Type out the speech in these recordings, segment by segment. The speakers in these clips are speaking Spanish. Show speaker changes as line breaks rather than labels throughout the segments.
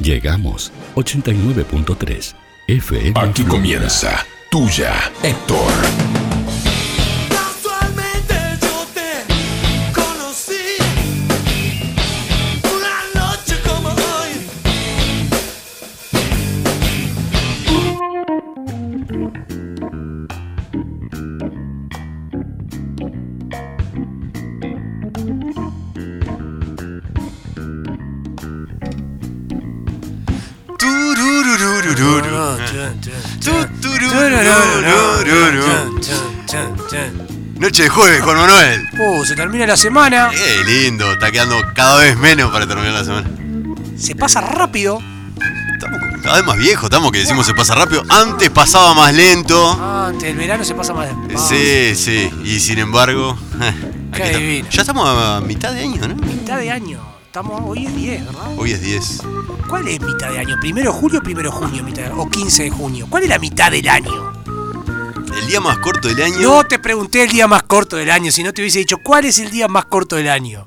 Llegamos 89.3 FM.
Aquí comienza tuya, Héctor.
Casualmente yo te conocí una noche como hoy.
Turururururu. Turururururu. Noche de jueves, Juan Manuel.
Uh, se termina la semana.
Qué lindo, está quedando cada vez menos para terminar la semana.
Se pasa rápido.
Estamos como cada vez más viejos, estamos que decimos se pasa rápido. Antes pasaba más lento.
Antes del verano se pasa más. más.
Sí, sí, y sin embargo. eh, aquí estamos.
divino.
Ya estamos a mitad de año, ¿no?
Mitad de año. Estamos, hoy es 10, ¿verdad?
Hoy es 10.
¿Cuál es mitad de año? ¿Primero julio, primero junio? Mitad de- ¿O 15 de junio? ¿Cuál es la mitad del año?
El día más corto del año.
No te pregunté el día más corto del año, si no te hubiese dicho cuál es el día más corto del año.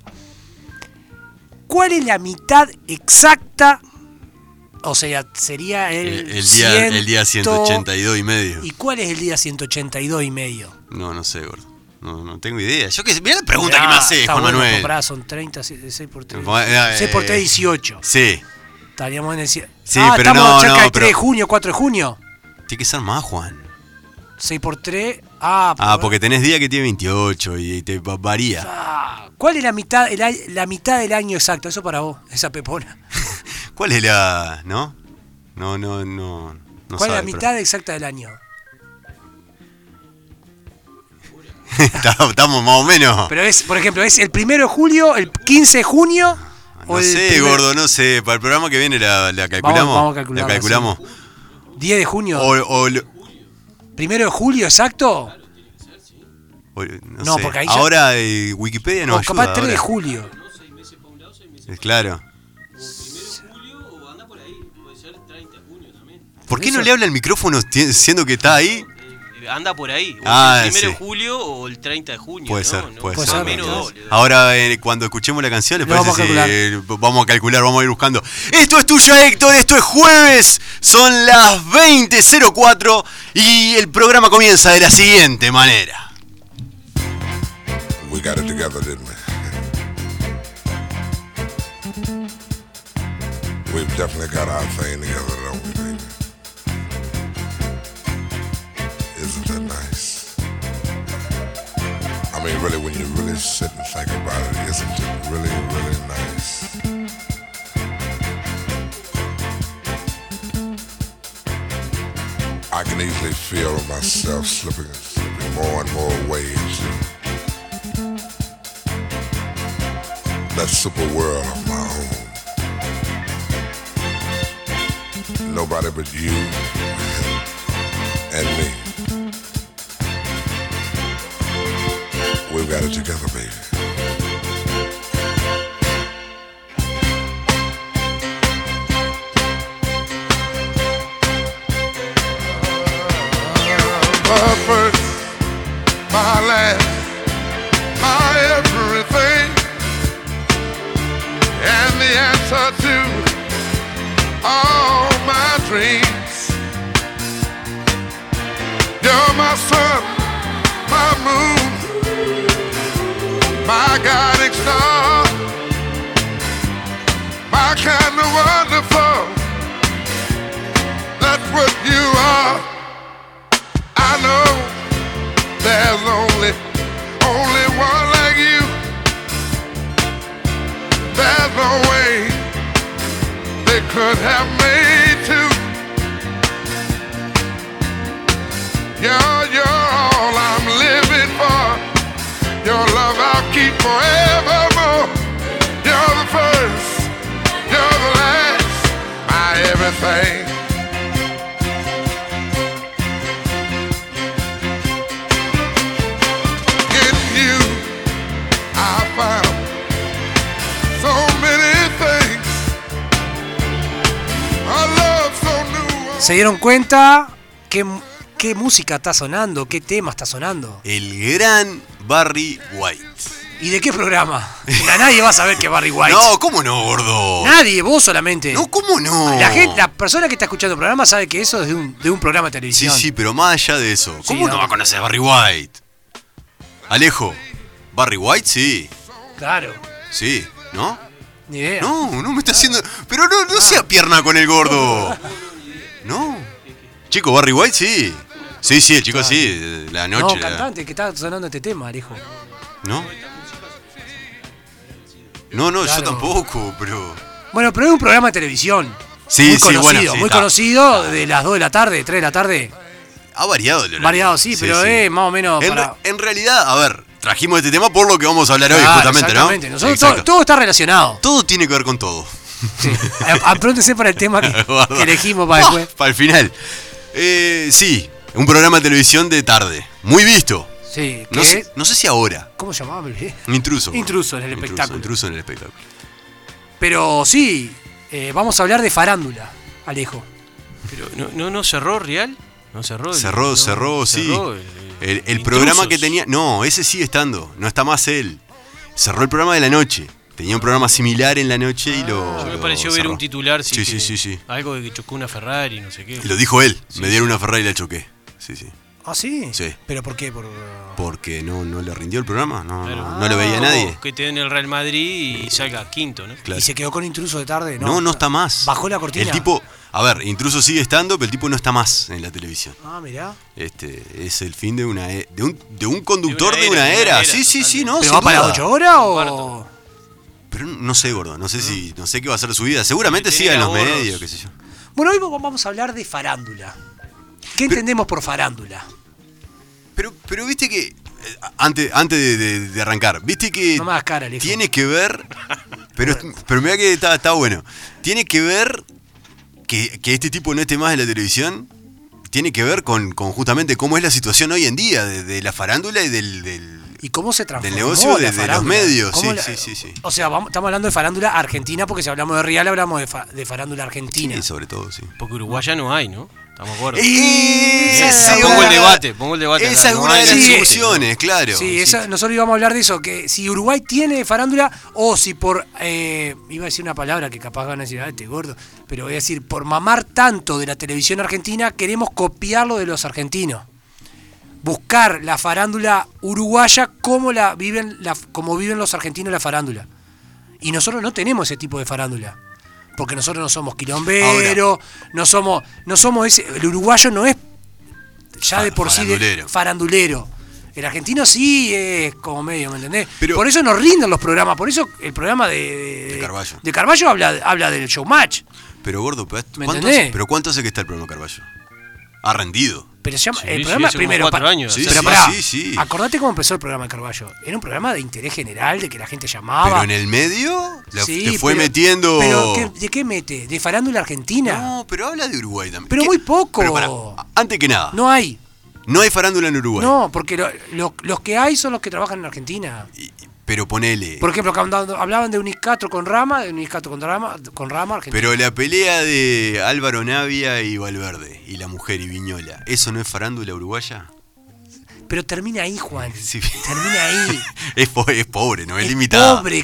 ¿Cuál es la mitad exacta? O sea, sería el,
El, Eh, el día, el día
100
182 y medio.
¿Y cuál es el día 182 y medio?
No, no sé, gordo. No, no tengo idea. Yo qué sé. Mirá la pregunta que me haces,
está
Juan
bueno,
Manuel.
comprá, son 30, 6 por 3.
Eh,
6 por 3, 18.
Sí.
Estaríamos en el. cie-
Sí,
ah,
pero
estamos
no,
cerca
no,
del 3 de
pero-
junio, 4 de junio.
Tiene que ser más, Juan.
6 por 3. Ah,
Ah,
por-
porque tenés día que tiene 28 y te va- varía.
Ah, ¿Cuál es la mitad, el a- la mitad del año exacto? Eso para vos, esa pepona.
¿Cuál es la. no? No, no, no. no
¿Cuál es la
sabe, pero-
mitad exacta del año?
Está- Estamos más o menos.
Pero es, por ejemplo, ¿es el 1 de julio, el 15 de junio? o
no
el
sé,
primer-
gordo, no sé. Para el programa que viene la, la calculamos.
vamos a calcularla,
La calculamos.
10 de junio.
O, o lo-
1 de julio exacto?
o- no,
No,
sé.
porque ahí ya-
Ahora eh, Wikipedia no
o capaz
ayuda.
3 de
ahora.
julio.
Eh, Claro. ¿Por qué no
Eso.
le habla el micrófono ti- siendo que está ahí?
Anda por ahí. O
Ah,
el 1
sí.
de julio o el 30 de junio.
Puede
¿no?
ser,
No,
puede
Puede
ser.
ser,
menos
puede
doble, doble.
Ahora, eh, cuando escuchemos la canción, les
Lo
parece
vamos a
si,
calcular.
eh, vamos a calcular, vamos a ir buscando. Esto es tuyo, Héctor, esto es jueves, son las 20.04 y el programa comienza de la siguiente manera.
We got it together, didn't we? We've definitely got our thing together, don't we, baby? Isn't that nice? I mean, really, when you really sit and think about it, isn't it really, really nice? I can easily feel myself slipping, slipping more and more waves. that super world of my own. Nobody but you and me. We've got it together, baby. My first, my last, my everything. And the answer to all my dreams. You're my sun, my moon, my guiding star, my kind of wonderful. That's what you are. I know there's only, only one like you. There's no way they could have made two. You're, you're all I'm living for. Your love I'll keep forevermore. You're the first, you're the last, my everything. In you, I found so many things. A love so new.
¿Se dieron cuenta qué, qué música está sonando? ¿Qué tema está sonando?
El gran Barry White.
¿Y de qué programa? Mira, nadie va a saber que Barry White.
No, ¿cómo no, gordo?
Nadie, vos solamente.
No, ¿cómo no?
La gente, la persona que está escuchando el programa sabe que eso es de un, de un programa de
Sí,
televisión.
sí, pero más allá de eso,
Sí,
¿cómo no
no.
va a conocer a Barry White? Alejo, Barry White sí,
Claro.
sí, ¿no?
Ni idea.
No, no me está haciendo. Pero no, no sea pierna con el gordo. No. Chico, Barry White sí. Sí, sí, el chico sí, la
No,
noche. la-
cantante, que está sonando este tema, Alejo.
¿No? No, no, yo
Claro.
tampoco, pero.
Bueno, pero es un programa de televisión.
Sí,
muy
sí,
conocido,
bueno, sí,
muy
está.
conocido de las 2 de la tarde, 3 de la tarde.
Ha variado el horario.
Variado, sí, pero es más o menos
En,
para-
re- en realidad, a ver, trajimos este tema por lo que vamos a hablar hoy,
Claro,
justamente, ¿no?
Ah, exactamente. Nosotros
Exacto.
todo, todo está relacionado.
Todo tiene que ver con todo.
Sí. A- Apróntense para el tema que, que elegimos para después.
Para el final. Eh, sí, un programa de televisión de tarde. Muy visto.
Sí, que
No sé, no sé si ahora.
¿Cómo se llamaba? Eh, Me olvidé.
Intruso.
Intruso en el espectáculo.
Intruso en el espectáculo.
Pero sí, eh, vamos a hablar de farándula, Alejo.
Pero no, no, no cerró Real. No cerró. el-
Cerró,
no,
cerró, sí.
cerró
el,
el-
eh,
el
Intrusos.
programa que tenía. No, ese sigue estando. No está más él. Cerró el programa de la noche. Tenía un programa similar en la noche
Ah,
y lo.
Yo me
lo
pareció ver
cerró.
un titular. Sí,
Sí,
que-
sí, sí, sí.
Algo de que chocó una Ferrari, no sé qué.
Lo dijo él. Me dieron una Ferrari y la choqué. Sí, sí.
¿Ah, sí?
Sí.
¿Pero por qué? Por...
Porque no, no le rindió el programa. No,
Claro.
no, no lo veía
Como
nadie.
Que te den el Real Madrid y salga quinto, ¿no?
Claro.
Ah, ¿Y se quedó con intruso de tarde? No,
No, no está más.
Bajó la cortina.
El tipo, a ver, intruso sigue estando, pero el tipo no está más en la televisión.
Ah, mirá.
Este, es el fin de una e- de un, de un conductor
De
de
una
una era.
era, de una
Sí,
era,
sí, sí,
totalmente.
no.
¿Pero
sin
va para
duda.
8 horas o...?
Cuarto.
Pero no sé, gordo, no sé
Mm.
si no sé qué va a ser su vida. Seguramente
Tiene
siga en los
ahorros.
medios, qué sé yo.
Bueno, hoy vamos a hablar de farándula. ¿Qué entendemos por farándula?
Pero pero viste que eh, antes antes de, de- de arrancar, viste que
No me hagas cara, Alejo.
tiene que ver pero pero mira que está, está bueno. Tiene que ver que, que este tipo no esté más en la televisión. Tiene que ver con, con justamente cómo es la situación hoy en día de, de la farándula y del, del-
¿Y cómo se transformó
Del negocio de-
la
de los
farándula?
medios,
¿Cómo
sí, sí, sí, sí.
O sea, vamos- estamos hablando de farándula argentina porque si hablamos de Real hablamos de, fa- de farándula argentina.
Sí, sobre todo, sí.
Porque Uruguaya no hay, ¿no? Estamos gordos.
Eh,
Esa
Esa
es
pongo
una-
el
debate, pongo el debate
Esa
acá,
es
no
una
hay
de las
debate.
soluciones, claro.
Sí, esa- nosotros íbamos a hablar de eso, que si Uruguay tiene farándula o si por, eh, iba a decir una palabra que capaz van a decir, ah, este gordo, pero voy a decir, por mamar tanto de la televisión argentina, queremos copiarlo de los argentinos. Buscar la farándula uruguaya como, la viven, la, como viven los argentinos la farándula. Y nosotros no tenemos ese tipo de farándula. Porque nosotros no somos quilomberos, no somos, no somos ese, el uruguayo no es ya
Fa-
de por sí de-
farandulero.
farandulero. El argentino sí es como medio, ¿me entendés?
Pero-
por eso nos rinden los programas, por eso el programa de,
De Carballo.
de Carballo habla, habla del showmatch.
Pero gordo, pero
¿Me
¿cuánto
entendés?
hace, pero cuánto hace que está el programa Carballo? Ha rendido.
Pero se llama-
Sí,
el
sí,
programa
hace como
primero.
cuatro
pa-
años.
Sí,
pero
sí,
pará,
sí, sí.
acordate cómo empezó el programa de Carballo. Era un programa de interés general, de que la gente llamaba.
Pero en el medio la-
Ah, Sí,
te fue
pero-
metiendo.
Pero ¿qué- ¿de qué mete? ¿De farándula argentina?
No, pero habla de Uruguay también.
Pero
¿Qué?
muy poco.
Pero pará, antes que nada, no,
No hay.
hay farándula en Uruguay.
No, porque lo- lo- los que hay son los que trabajan en Argentina.
Y- pero ponele.
Por ejemplo, cuando hablaban de Unicastro con Rama, de Unicastro con Rama, con Rama, Argentina.
Pero la pelea de Álvaro Navia y Valverde y la mujer y Viñola, ¿eso no es farándula uruguaya?
Pero, termina ahí, Juan.
Sí.
Termina ahí.
Es, po- es pobre, no es,
Es
limitada.
Pobre,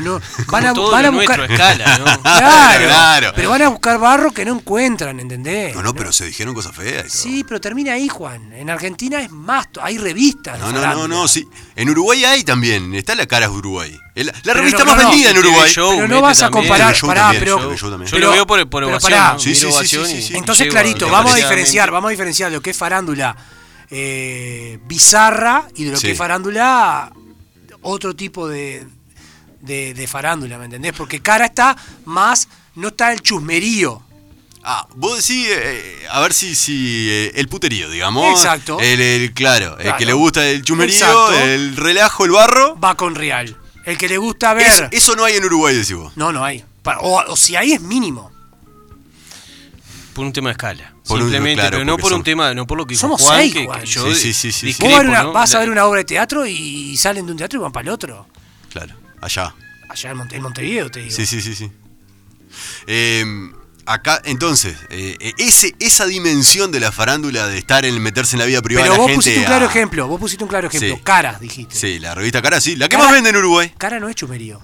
no. Van a,
Todo
van
lo
a buscar.
nuestro, escala, ¿no?
Claro,
Claro.
Pero van a buscar barro que no encuentran, ¿entendés?
No, no, pero se dijeron cosas feas. y todo.
Sí, pero termina ahí, Juan. En Argentina es más. to- Hay revistas. de
No, no, no,
farándula.
no, sí. En Uruguay hay también. Está la cara de Uruguay. Es La, la revista
no,
más
no, no.
vendida en Uruguay.
Show
Pero no
mete
vas a
también.
comparar.
Show
pará,
también,
pero.
show, show también.
Yo
pero-
lo veo por, por
pero
ovación.
pará.
¿no?
Sí, sí,
Miro
sí,
ovación
sí, sí,
y-
sí.
Entonces,
llego
clarito, vamos a
desgraciadamente.
diferenciar, vamos a diferenciar lo que es farándula eh, bizarra y de lo
Sí.
que es farándula otro tipo de, de, de farándula, ¿me entendés? Porque cara está más, no está el chusmerío.
Ah, vos decís, eh, a ver si, si eh, el puterío, digamos.
Exacto.
El, el- claro, el
Claro.
que le gusta el chumerío,
Exacto.
el relajo, el barro.
Va con real. El que le gusta ver.
Es- eso no hay en Uruguay, decís vos.
No, no hay. Pa- O, o si hay es mínimo.
Por un tema de escala.
Por un-
simplemente,
claro,
pero no
porque
por un
son-
tema, no por lo que dijo
Somos
Juan,
seis,
que, que
Juan.
yo
Sí, sí, sí, sí, sí.
Vos vas a ver una-
discrepo, ¿no?
vas a ver
La-
una obra de teatro y, salen de un teatro y van para el otro.
Claro, allá.
Allá en, Monte- en Montevideo, te digo.
Sí, sí, sí, sí. Eh, acá, entonces, eh, eh, ese, esa dimensión de la farándula de estar en meterse en la vida privada
Pero
de la
vos
gente.
pusiste un claro
a-
ejemplo, vos pusiste un claro ejemplo.
Sí.
Caras, dijiste.
Sí, la revista Cara, sí, la que
Cara-
más vende en Uruguay.
Cara no es chumerío.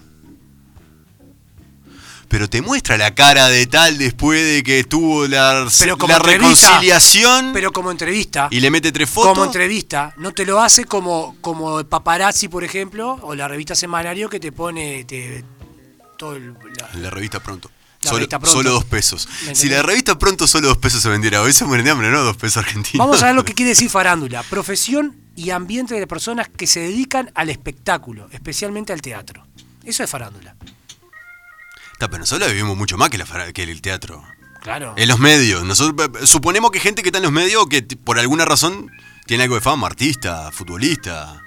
Pero te muestra la cara de tal después de que tuvo la,
Pero como
la
entrevista-
reconciliación
Pero como entrevista,
y le mete tres fotos.
como entrevista, no te lo hace como, como el paparazzi, por ejemplo, o la revista semanario que te pone te- todo el- la-
La revista pronto.
La
solo,
revista Pronto.
solo dos pesos.
¿Me
Si
entendés?
la revista pronto solo dos pesos se vendiera hoy, se mueren de hambre, ¿no? Dos pesos argentinos.
Vamos a ver lo que quiere decir farándula. Profesión y ambiente de personas que se dedican al espectáculo, especialmente al teatro. Eso es farándula.
Está, pero nosotros la vivimos mucho más que, la, fara- que el teatro.
Claro.
En los medios. Nosotros eh, suponemos que gente que está en los medios que t- por alguna razón tiene algo de fama, artista, futbolista.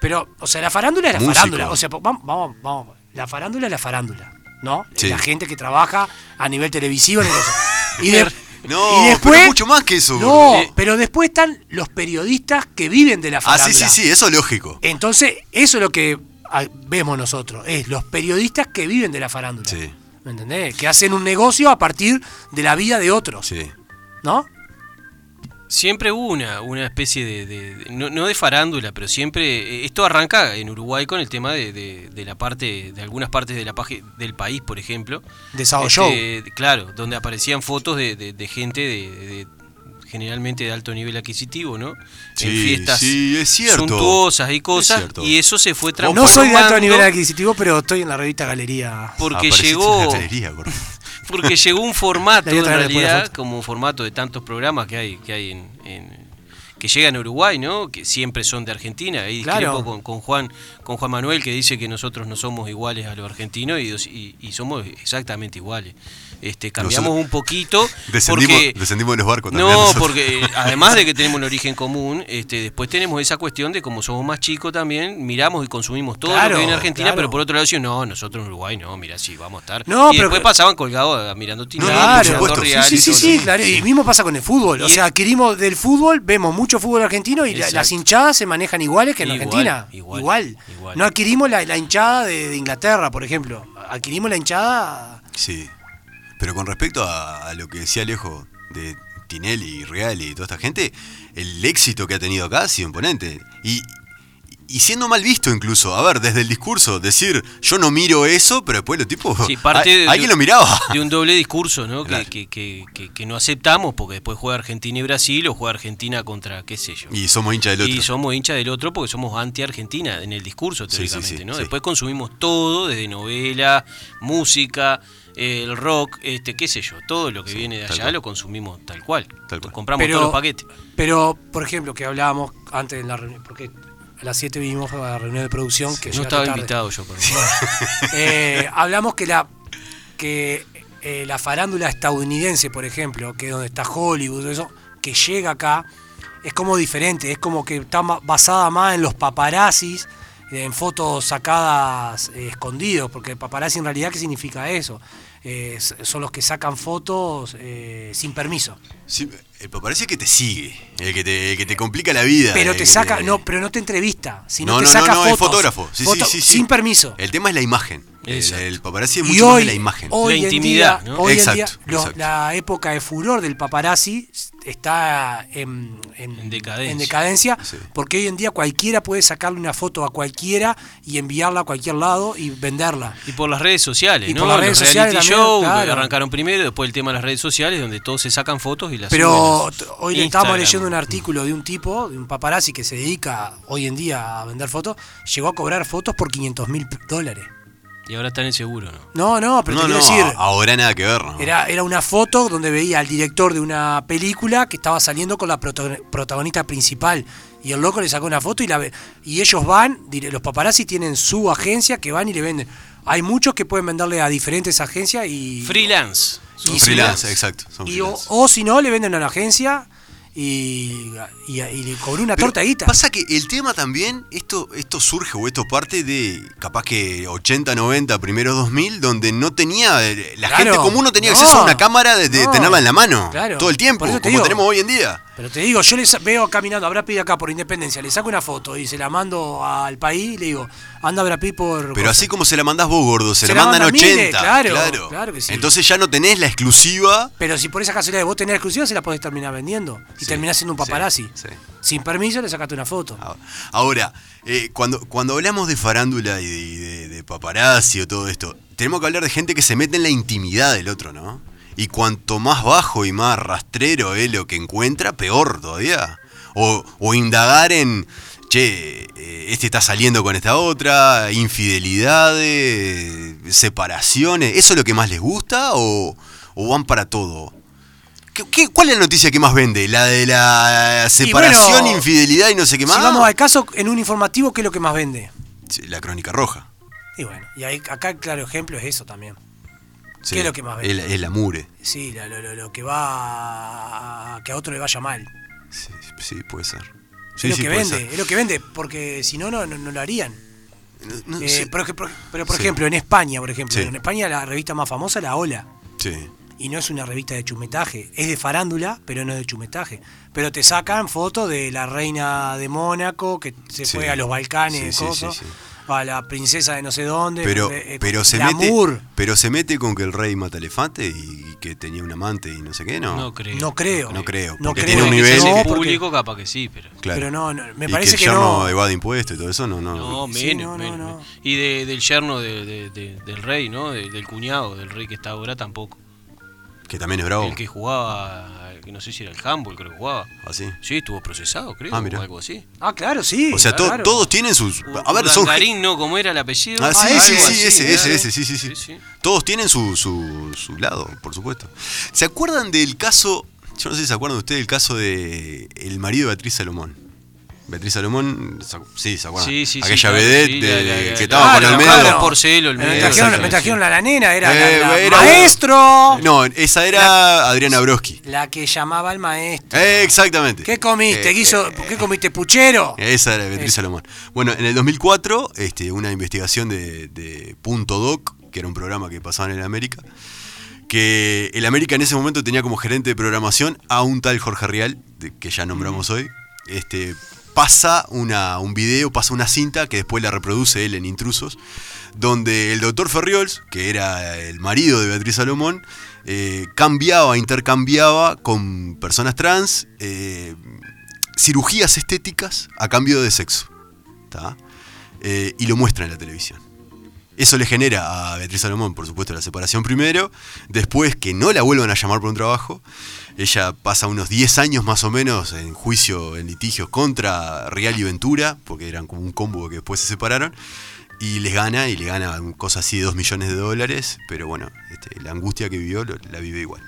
Pero, o sea, la farándula es la
Músico.
farándula. O sea, po- vamos, vamos, vamos. La farándula es la farándula, ¿no?
Sí.
La gente que trabaja a nivel televisivo. en el- y, de-
No,
y después.
pero mucho más que eso.
No,
Eh,
pero después están los periodistas que viven de la
Ah,
farándula.
sí, sí, sí, eso es lógico.
Entonces, eso es lo que ah, vemos nosotros, es los periodistas que viven de la farándula.
Sí.
¿Me entendés? Que hacen un negocio a partir de la vida de otros,
Sí.
¿no?
Siempre hubo una, una especie de, de- de- no, no de farándula, pero siempre... eh, Esto arranca en Uruguay con el tema de, de- de la parte, de algunas partes de la paje- del país, por ejemplo.
De Sao
Este,
Show.
Claro, donde aparecían fotos de, de- de gente de, de- generalmente de alto nivel adquisitivo, ¿no?
Sí, sí, es cierto.
suntuosas y cosas.
cierto.
y eso se fue
No
transformando.
soy de alto nivel adquisitivo, pero estoy en la revista Galería.
Porque
Apareciste en
llegó,
la galería, gordo.
porque llegó un
La
formato
voy a
en
traer después la
realidad,
foto.
como un formato de tantos programas que hay, que hay en, en- que llegan a Uruguay, ¿no? Que siempre son de Argentina. Ahí discrepo
Claro.
con, con Juan, con Juan Manuel que dice que nosotros no somos iguales a los argentinos y, dos- y, y somos exactamente iguales. Este, cambiamos
Nosotros-
un poquito
Descendimos,
porque
descendimos de los barcos también.
no,
nosotros.
porque eh, además de que tenemos un origen común, este, después tenemos esa cuestión de como somos más chicos también, miramos y consumimos todo
Claro,
lo que hay en Argentina,
claro.
pero por otro lado decían, no, nosotros en Uruguay no, mira, sí, vamos a estar.
No,
y
pero
después
que-
pasaban colgados ah, mirando Tinder,
no, por
mirando
supuesto.
reality,
Sí, sí,
todo
sí,
lo-
claro. Y mismo pasa con el fútbol. O
Y-
sea, adquirimos del fútbol, vemos mucho fútbol argentino y la-
Exacto.
las hinchadas se manejan iguales que en
Igual,
Argentina.
igual, igual.
No adquirimos la, la hinchada de, de Inglaterra, por ejemplo. Adquirimos la hinchada.
Sí. Pero con respecto a, a lo que decía Alejo de Tinelli, Real y toda esta gente, el éxito que ha tenido acá ha sido imponente. Y, y siendo mal visto incluso, a ver, desde el discurso, decir yo no miro eso, pero después los tipos.
Sí, parte
a-
de-
Ah, alguien lo miraba.
De un doble discurso, ¿no? Que-
Claro.
Que, que- que- que no aceptamos porque después juega Argentina y Brasil o juega Argentina contra, qué sé yo.
Y somos hinchas del otro.
Y somos hinchas del otro porque somos anti-Argentina en el discurso,
Sí, sí,
teóricamente,
sí,
¿no?
sí.
Después consumimos todo, desde novela, música, eh, el rock, este, qué sé yo, todo lo que viene de
tal
allá
cual.
lo consumimos tal cual.
Tal cual.
Compramos todos los paquetes.
Pero, por ejemplo, que hablábamos antes en la reunión, porque a las 7 vinimos a la reunión de producción. que
No
llegaste
estaba
tarde.
invitado yo, perdón.
Eh, hablamos que la que eh, la farándula estadounidense, por ejemplo, que es donde está Hollywood, eso, que llega acá, es como diferente, es como que está ma- basada más en los paparazzis, eh, en fotos sacadas eh, escondidos, porque el paparazzi en realidad, ¿qué significa eso? Eh, s- son los que sacan fotos eh, sin permiso.
Sí, el paparazzi que te sigue, el que te, el que te complica la vida.
Pero
el
te
que
saca, no, pero no te entrevista, sino
No,
te
no, no,
saca
no,
fotos.
es fotógrafo. Sí, sí,
Foto-
sí, sí.
Sin permiso.
El tema es la imagen. El,
Exacto.
el paparazzi es
Y
mucho más de la imagen.
Hoy
La
en
intimidad,
día-
¿no?
hoy en
Exacto,
día, lo-
exacto.
la época de furor del paparazzi está en,
En decadencia.
en decadencia,
Sí.
porque hoy en día cualquiera puede sacarle una foto a cualquiera y enviarla a cualquier lado y venderla.
Y por las redes sociales,
Y
¿no?
por las
Los
redes
reality
sociales también,
show,
claro.
arrancaron primero, después el tema de las redes sociales, donde todos se sacan fotos y las
Pero
suben a
t- hoy le estábamos
Instagram.
leyendo un artículo de un tipo, de un paparazzi que se dedica hoy en día a vender fotos, llegó a cobrar fotos por 500 mil dólares.
Y ahora están en seguro, ¿no?
No, no, pero
no,
te
no,
quiero decir...
a- ahora nada que ver. ¿no?
Era, era una foto donde veía al director de una película que estaba saliendo con la proto- protagonista principal. Y el loco le sacó una foto y la ve- y ellos van, dire- los paparazzi tienen su agencia que van y le venden. Hay muchos que pueden venderle a diferentes agencias y.
Freelance.
Son
y si-
freelance, exacto. son
y o,
freelance.
o si no, le venden a la agencia y, y, y le cobró una
Pero
tortadita.
Pasa que el tema también, esto, esto surge o esto parte de capaz que 80, 90, primeros 2000, donde no tenía, eh, la
Claro,
gente común no tenía
no,
acceso a una cámara de, de
no,
tenerla en la mano
claro,
todo el tiempo,
por eso
como
te digo.
tenemos hoy en día.
Pero te digo, yo les veo caminando a Brad Pitt acá por Independencia, le saco una foto y se la mando al país y le digo, anda Brad Pitt por...
Pero así como se la mandás vos, gordo, se,
Se
la
la
mandan
mandan miles,
80.
claro, claro que sí.
Entonces ya no tenés la exclusiva.
Pero si por esa casualidad de vos tenés la exclusiva, se la podés terminar vendiendo. Y terminás siendo un paparazzi.
sí. Ah.
Sin permiso, le sacaste una foto.
Ahora, eh, cuando, cuando hablamos de farándula y de, y de- de paparazzi o todo esto, tenemos que hablar de gente que se mete en la intimidad del otro, ¿no? Y cuanto más bajo y más rastrero es lo que encuentra, peor todavía. O, o indagar en, che, eh, este está saliendo con esta otra, infidelidades, separaciones, ¿eso es lo que más les gusta o, o van para todo? ¿Qué- qué- ¿Cuál es la noticia que más vende? ¿La de la separación,
bueno,
infidelidad y no sé qué más?
Si vamos al caso, en un informativo, ¿qué es lo que más vende?
Sí, la crónica roja.
Y bueno, y ahí, acá el claro ejemplo es eso también.
Sí.
¿Qué es lo que más vende?
El, el amure.
Sí, lo, lo- lo- lo que va a, que a otro le vaya mal.
Sí, sí, puede ser.
Es
Sí,
lo
sí,
que
puede
vende,
ser.
es lo que vende, porque si no, no, no, no lo harían.
No, no,
Eh,
Mm, sí,
pero, que- pero- pero, por
Sí.
ejemplo, en España, por ejemplo,
Sí.
en España la revista más famosa es La Ola.
sí.
Y no es una revista de chumetaje, es de farándula, pero no es de chumetaje. Pero te sacan fotos de la reina de Mónaco, que se
Sí.
fue a los Balcanes,
Sí, sí,
cosas,
sí, sí.
a la princesa de no sé dónde.
Pero,
eh, eh,
pero, se mete,
glamour.
pero se mete con que el rey mata elefante y, y que tenía un amante y no sé qué, ¿no?
No creo.
No creo.
No creo,
No
porque
creo.
tiene un
Porque
nivel-
si es
No, porque-
público, capaz que sí, pero.
Claro.
Pero no, no, me
Y
parece que,
el yerno
no.
evade impuestos y todo eso, no, no.
No, menos.
Sí, no, no,
menos,
no.
menos. Y de- del yerno de- de- de- del rey, ¿no? De- del cuñado del rey que está ahora tampoco.
Que también es bravo.
El que jugaba, al- no sé si era el handball, creo que jugaba.
Así.
Sí, estuvo procesado, creo,
Ah, mirá.
o algo así.
Ah, claro, sí.
O sea, to-
claro.
todos tienen sus. A ver, son.
Urdangarín, ¿no? ¿Cómo era el apellido?
Ah, sí,
Ah,
sí,
ese,
sí,
sí,
ese, ese,
claro.
ese, sí, sí, sí.
Sí, sí.
Todos tienen su, su, su lado, por supuesto. ¿Se acuerdan del caso? Yo no sé si se acuerdan de ustedes del caso de el marido de Beatriz Salomón. Beatriz Salomón, ¿se acu- sí, ¿se acuerdan?
Sí, sí, sí,
Aquella
claro,
vedette
sí,
de-
la- la- la-
que estaba
claro,
con el
claro.
medio.
Porcelo, el
me
medio,
trajeron,
exacto,
me trajeron
sí.
la, la nena, era
Eh,
la, la
era-
maestro.
No, esa era Adriana Broski.
La que llamaba al maestro.
Eh, exactamente.
¿Qué comiste?
Eh,
guiso? ¿Qué comiste? ¿Puchero?
Esa era Beatriz
Esa.
Salomón. Bueno, en el 2004, este, una investigación de, de Punto Doc, que era un programa que pasaban en América, que el América en ese momento tenía como gerente de programación a un tal Jorge Rial, de- que ya nombramos hoy, este, pasa una, un video, pasa una cinta que después la reproduce él en Intrusos, donde el doctor Ferriols, que era el marido de Beatriz Salomón, eh, cambiaba, intercambiaba con personas trans. eh, cirugías estéticas a cambio de sexo. ¿tá? Eh, y lo muestra en la televisión. Eso le genera a Beatriz Salomón, por supuesto, la separación primero, después que no la vuelvan a llamar por un trabajo. Ella pasa unos 10 años más o menos en juicio, en litigios contra Real y Ventura, porque eran como un combo que después se separaron, y les gana, y le gana una cosa así de 2 millones de dólares, pero bueno, este, la angustia que vivió lo- la vive igual.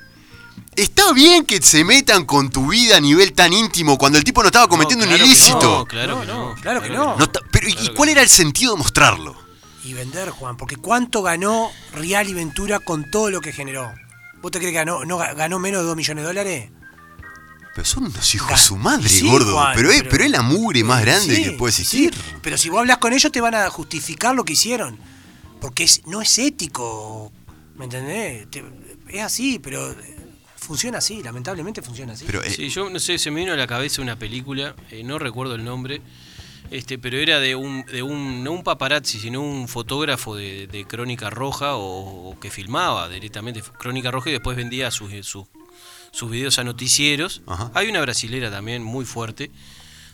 Está bien que se metan con tu vida a nivel tan íntimo cuando el tipo no estaba cometiendo
claro
un
que
ilícito.
No, claro que no.
Claro que no.
eh, No ta- pero, ¿y cuál era el sentido de mostrarlo?
Y vender, Juan, porque ¿cuánto ganó Real y Ventura con todo lo que generó? ¿Vos te crees que ganó, no, ganó menos de 2 millones de dólares?
Pero son unos hijos de
Ga-
su madre,
Sí,
gordo.
Juan,
pero, es,
pero-
pero es la mugre más grande
Sí,
que puede existir.
sí. Pero si vos hablas con ellos te van a justificar lo que hicieron. Porque es- no es ético, ¿me entendés? Te- es así, pero eh, funciona así, lamentablemente funciona así.
Pero, eh,
Sí, yo no sé, se me vino a la cabeza una película, eh, no recuerdo el nombre, este, pero era de un, de un, no un paparazzi, sino un fotógrafo de, de Crónica Roja o, o que filmaba directamente Crónica Roja y después vendía sus, sus, sus videos a noticieros.
Ajá.
Hay una brasilera también muy fuerte,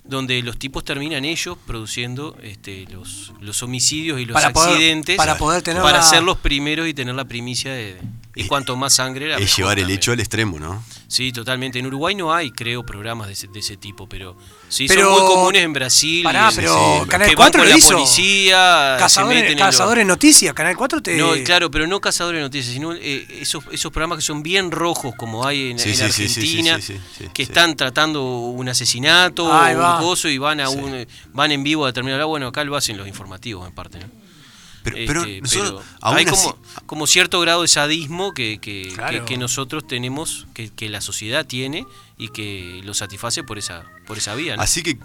donde los tipos terminan ellos produciendo este, los, los homicidios y los
Para poder-
accidentes
para poder tener
para
la-
ser los primeros y tener la primicia de... Y cuanto más sangre... la
es
mejor
llevar el
también.
hecho al extremo, ¿no?
Sí, totalmente. En Uruguay no hay, creo, programas de ese, de ese tipo, pero sí
Pero-
son muy comunes en Brasil.
Pará,
y en-
pero
que van
Canal 4
con
lo
la
hizo.
policía, Ah, se meten
Cazadores,
en lo-
Cazadores Noticias, Canal 4 te...
No, claro, pero no cazadores de noticias, sino eh, esos, esos programas que son bien rojos, como hay en,
Sí,
en
sí, sí, sí, sí,
Argentina,
sí, sí, sí,
que
sí.
están tratando un asesinato o
Ahí
un
va.
coso y van a un, van en vivo a determinado lado. Bueno, acá lo hacen los informativos, en parte, ¿no?
Pero,
Este,
pero nosotros,
pero
aún
hay
así-
como, como cierto grado de sadismo que, que-
Claro.
que- que nosotros tenemos, que, que la sociedad tiene y que lo satisface por esa, por esa vía. ¿no?
Así que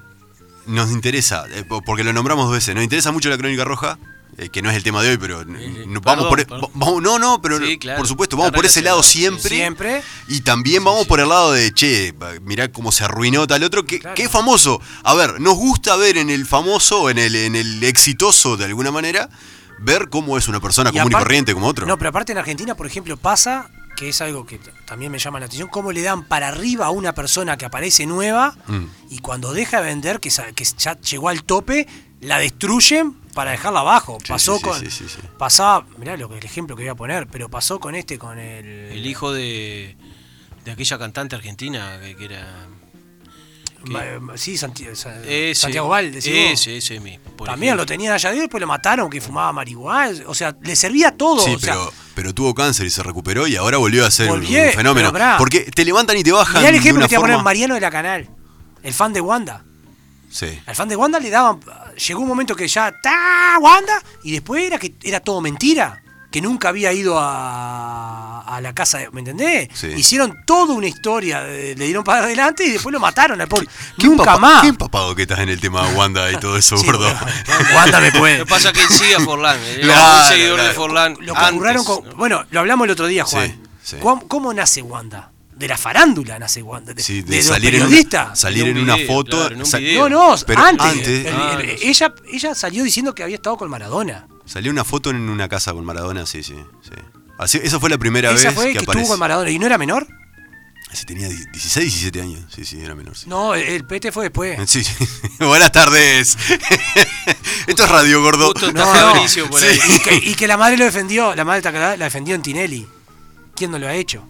nos interesa, eh, po- porque lo nombramos dos veces, nos interesa mucho la Crónica Roja, eh, que no es el tema de hoy, pero n-
sí.
n-
Perdón,
vamos por. e,
perdón.
vamos- no, no, pero
Sí, claro.
por supuesto, vamos
Está
por ese lado
relacionado,
siempre.
Siempre.
Y también vamos por el lado de, che, pa- mirá cómo se arruinó tal otro, que,
Claro.
que es famoso. A ver, nos gusta ver en el famoso, en el, en el exitoso de alguna manera, ver cómo es una persona
Y
común y
aparte-
corriente Ah, como otro.
No, pero aparte en Argentina, por ejemplo, pasa que es algo que t- también me llama la atención, cómo le dan para arriba a una persona que aparece nueva
Mm.
y cuando deja de vender, que, sa- que ya llegó al tope, la destruyen para dejarla abajo.
Sí,
pasó
sí, sí,
con...
sí, sí, sí.
Pasaba, mirá lo que, el ejemplo que voy a poner, pero pasó con este, con el...
El hijo de, de aquella cantante argentina que, que era.
Ma- ma- sí, Santi- Sa-
Ese-
Santiago Val, decís vos.
Ese, ese mismo. por
También lo
ejemplo.
tenían allá y después lo mataron, que fumaba marihuana. O sea, le servía todo.
Sí,
o sea,
pero, pero tuvo cáncer y se recuperó y ahora volvió a ser un-
Volvié,
un fenómeno.
pero pará.
Porque te levantan y te bajan.
mirá el
de
ejemplo
una
que te voy a poner
forma-
Mariano de la Canal, el fan de Wanda.
Sí.
Al fan de Wanda le daban. Llegó un momento que ya. ¡Ta! ¡Wanda! Y después era que era todo mentira. Que nunca había ido a, a la casa de. ¿Me entendés?
Sí.
Hicieron toda una historia. de- le dieron para adelante y después lo mataron al pobre.
Qué
Nunca
empapa-
más.
Qué empapado que estás en el tema de Wanda y todo eso,
Sí,
gordo.
bueno, Wanda me puede.
Lo que pasa es que él sigue a Forlán. Él era
Claro,
un seguidor de
claro.
Forlán.
Lo que
antes,
ocurrieron con.
¿no?
Bueno, lo hablamos el otro día, Juan.
Sí, sí.
¿Cómo, cómo nace Wanda? De la farándula nace Wanda. De,
Sí,
de
de
los
salir en
periodistas.
una, salir
En
en
un
una
video,
foto.
claro, en un
sal-
video.
No, no,
Pero
antes.
antes-
El-
Ah,
el-
no sé.
ella, ella salió diciendo que había estado con Maradona.
Salió una foto en una casa con Maradona, sí, sí. sí. Así, esa fue la primera
Esa
vez
fue
que
que
aparece.
estuvo con Maradona. ¿Y no era menor?
Sí, tenía die- 16, 17 años. Sí, sí, era menor. Sí. Eh,
No, el- el Pete fue después.
Sí, sí. Buenas tardes. Esto es radio, gordo.
Justo está
No, no.
Fabricio por ahí.
Y que, y que la madre lo defendió, la madre de Tacará la defendió en Tinelli. ¿Quién no lo ha hecho?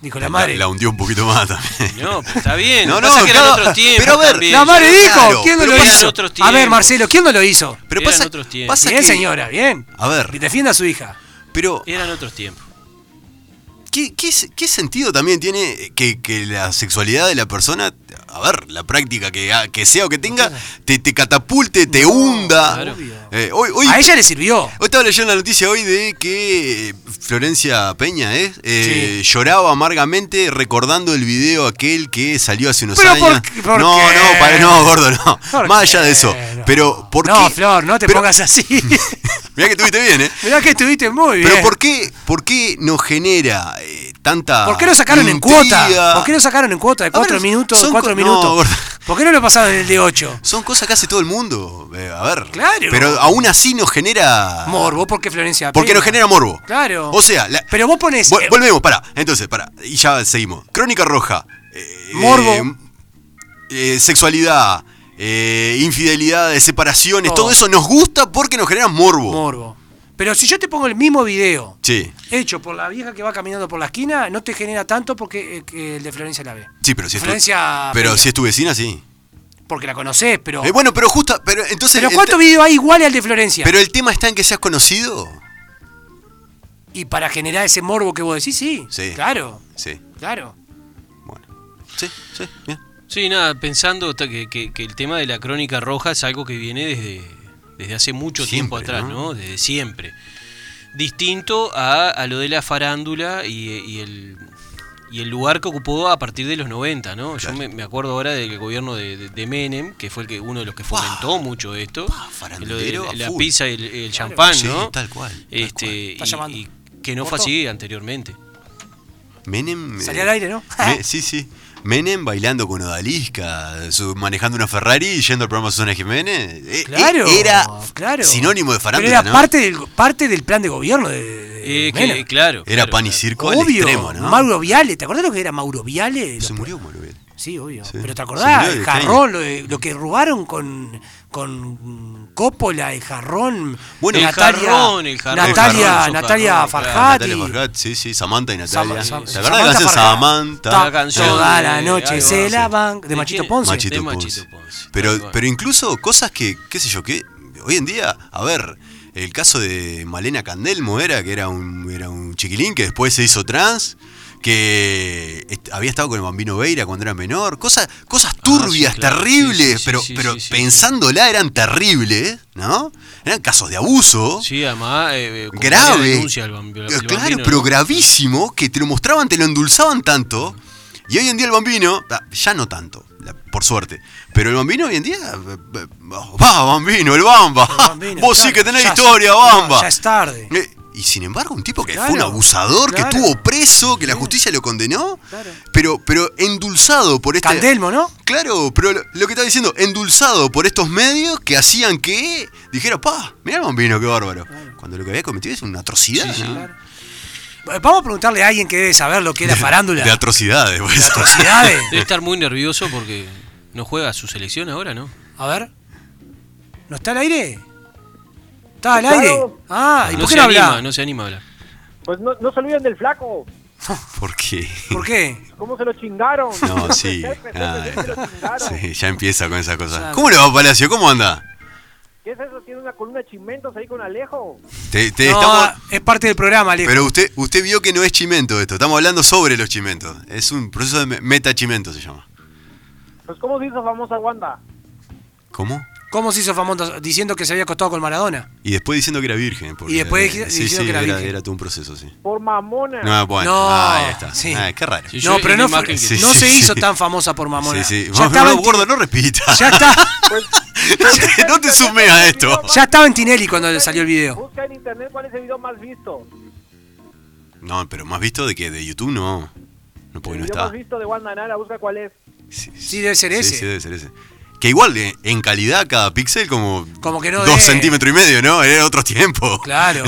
Dijo la madre.
La,
La,
hundió un poquito más también.
No, pero está bien.
No,
lo que pasa
no,
es que eran
claro,
otros tiempos.
pero a ver,
también.
la
madre dijo,
Claro,
¿quién no
pero
lo
eran
hizo?
otros
A ver,
tiempos.
Marcelo, ¿quién no lo hizo?
Pero
Eran
pasa,
otros tiempos.
pasa
bien,
que-
señora, bien.
A ver.
Defienda a su hija.
Pero
Eran otros tiempos.
¿Qué, qué, se- qué sentido también tiene que, que la sexualidad de la persona, a ver, la práctica que, ha- que sea o que tenga, te, te catapulte, te hunda?
claro.
Eh, hoy, hoy,
A ella le sirvió.
hoy estaba leyendo la noticia hoy de que eh, Florencia Peña ¿eh? Eh, lloraba amargamente recordando el video aquel que salió hace unos
Pero
años.
¿por qué- por
no,
qué?
no, para, no, gordo, no.
¿Por
Más allá
qué?
de eso.
No.
Pero, ¿por
No,
qué?
Flor, no te
Pero-
pongas así.
Mirá que estuviste bien, ¿eh?
Mirá que estuviste muy bien.
Pero ¿por qué, por qué nos genera eh, tanta.
¿Por qué lo sacaron en
intriga?
cuota? ¿Por qué lo sacaron en cuota de
A ver,
4 minutos?
son
cuatro
co- no,
minutos?
gordo.
¿Por qué no lo pasaron en el de 8?
Son cosas que hace todo el mundo. eh, a ver.
Claro.
Pero aún así nos genera.
Morbo, porque Florencia.
Porque
Pena.
nos genera morbo.
Claro.
O sea, la-
Pero vos ponés.
Vol-
eh,
volvemos, para. Entonces, para. Y ya seguimos. Crónica roja. eh,
Morbo.
eh, sexualidad. eh, infidelidades, separaciones.
Todo.
Todo eso nos gusta porque nos genera morbo.
Morbo. Pero si yo te pongo el mismo video
sí.
hecho por la vieja que va caminando por la esquina, no te genera tanto porque eh, que el de Florencia la ve.
Sí, pero si es tu-
Florencia
pero
Peña.
si es tu vecina, sí.
Porque la conoces, pero.
Eh, bueno, pero justa, pero entonces.
pero
el
¿cuántos
te-
videos hay iguales al de Florencia?
pero el tema está en que seas conocido.
Y para generar ese morbo que vos decís, sí.
Sí.
Claro,
Sí,
claro.
bueno. Sí, sí, bien.
Sí, nada, pensando hasta que, que- que el tema de la crónica roja es algo que viene desde, desde hace mucho tiempo
Siempre,
atrás,
¿no?
¿no? Desde siempre. Distinto a, a lo de la farándula y, y el, y el lugar que ocupó a partir de los 90, ¿no? Yo
Claro.
me, me acuerdo ahora del gobierno de, de- de Menem, que fue el que uno de los que
Guau.
fomentó mucho esto.
Guau,
lo de
farandulero a
la
full.
pizza y el, el champán,
Sí,
¿no?
tal cual, tal
Este,
cual.
Está
y-
llamando.
y, que no fue
¿Corto?
así anteriormente.
Menem.
Salió
eh,
al aire, ¿no?
Me- sí, sí. Menem bailando con Odalisca, su- manejando una Ferrari y yendo al programa Susana Jiménez. Eh, eh,
Claro.
Era
claro.
sinónimo de farándula,
Pero era
¿no?
parte, del, parte del plan de gobierno de. de
Eh, que-
Menem.
claro.
Era
claro,
pan y
claro.
circo al
Obvio.
extremo, ¿no?
Mauro Viale, ¿te acordás lo que era Mauro Viale?
Se
Los-
murió, Manuel.
Sí, obvio.
Sí.
Pero te
Se
acordás,
murió de
el
extraño.
jarrón, lo, de- lo que robaron con, con Coppola, el jarrón.
Bueno,
El
Natalia,
jarrón, el jarrón.
Natalia,
El jarrón, esos
Natalia
jarrones, claro,
Farjati.
Natalia Farhat, sí, sí, Samantha y Natalia.
Ah, Sam- Sam-
¿Se acuerdan de la canción
Farhat.
Samantha?
Ta-
La canción
Toda
de-
la noche
ahí va,
se
sí.
la van. De
¿De
Machito
quién?
Ponce.
Machito,
De
Ponce.
Machito Ponce, tal
Pero,
cual.
pero incluso cosas que, qué sé yo, que hoy en día, a ver, el caso de Malena Candelmo era que era un, era un chiquilín que después se hizo trans, que est- había estado con el bambino Veira cuando era menor, cosas, cosas turbias,
Ah, sí, claro,
terribles,
sí, sí,
pero,
sí,
pero
sí, sí,
pensándola eran terribles, ¿no? Eran casos de abuso.
Sí, además. eh, eh, con varias
grave.
denuncias al bambi- al
Eh, claro,
bambino,
pero
¿no?
gravísimo, que te lo mostraban, te lo endulzaban tanto. Y hoy en día el bambino, ah, ya no tanto. la- por suerte. Pero el bambino hoy en día. eh, eh, Va, bambino, el bamba.
Bambino,
Vos sí
claro,
que tenés
ya-
historia,
no,
bamba.
ya es tarde.
Eh, Y sin embargo, un tipo que fue un
Claro,
abusador, que
claro.
estuvo preso, que la justicia lo condenó,
Claro.
pero, pero endulzado por este.
Candelmo, ¿no?
Claro, pero lo, lo que estaba diciendo, endulzado por estos medios que hacían que dijera, pa, mirá el bambino, qué bárbaro. Cuando lo que había cometido es una atrocidad. ¿no?
Eh, Vamos a preguntarle a alguien que debe saber lo que es la farándula.
De atrocidades, por eso.
Atrocidades.
Debe estar muy nervioso porque no juega su selección ahora, ¿no?
A ver. ¿No está al aire? ¿Está al aire? Ah, ¿y
no
por qué
se
no
anima,
habla?
no se anima a hablar.
Eh,
Pues no, no se olviden del flaco.
¿Por qué?
¿Por qué?
¿Cómo se lo chingaron?
No, sí.
Jefe, jefe,
ah,
jefe, lo chingaron.
sí, ya empieza con esas cosas.
Ya.
¿Cómo le va, Palacio? ¿Cómo anda?
¿Qué es eso? Tiene una columna de chimentos ahí con Alejo.
Te, te Este,
No, ah, eh.
estamos...
Es parte del programa, Alejo.
Pero usted, usted vio que no es chimento esto, estamos hablando sobre los chimentos. Es un proceso de me- metachimento se llama.
Pues ¿cómo se hizo famosa Wanda?
¿Cómo?
¿Cómo se hizo famoso diciendo que se había acostado con Maradona?
Y después diciendo que era virgen. porque- eh,
Y después dij-
sí,
diciendo
sí,
que era virgen.
Era todo un proceso, sí.
Por mamona.
No, bueno,
No,
ah, ahí está.
sí.
Ah, qué raro.
Sí,
No,
yo-
pero
es la
no,
imagen
fue-
que-
no
sí,
se
sí.
hizo tan famosa por Mamona.
Sí, sí.
Ya,
Vos,
estaba
no,
en Ti-
gordo, no repita.
ya, está,
Pues,
no te sumes a esto.
ya estaba en Tinelli cuando salió el video.
Busca en internet cuál es el video más visto.
No, pero más visto de que de YouTube no. No, porque
el
no
video
está.
más visto de Wanda Nara, busca cuál es.
Sí,
Sí, debe ser ese.
Sí, debe ser ese. Que igual, eh, en calidad, cada píxel como.
Como que no
Dos
de-
centímetros y medio, ¿no? Era otro tiempo.
Claro.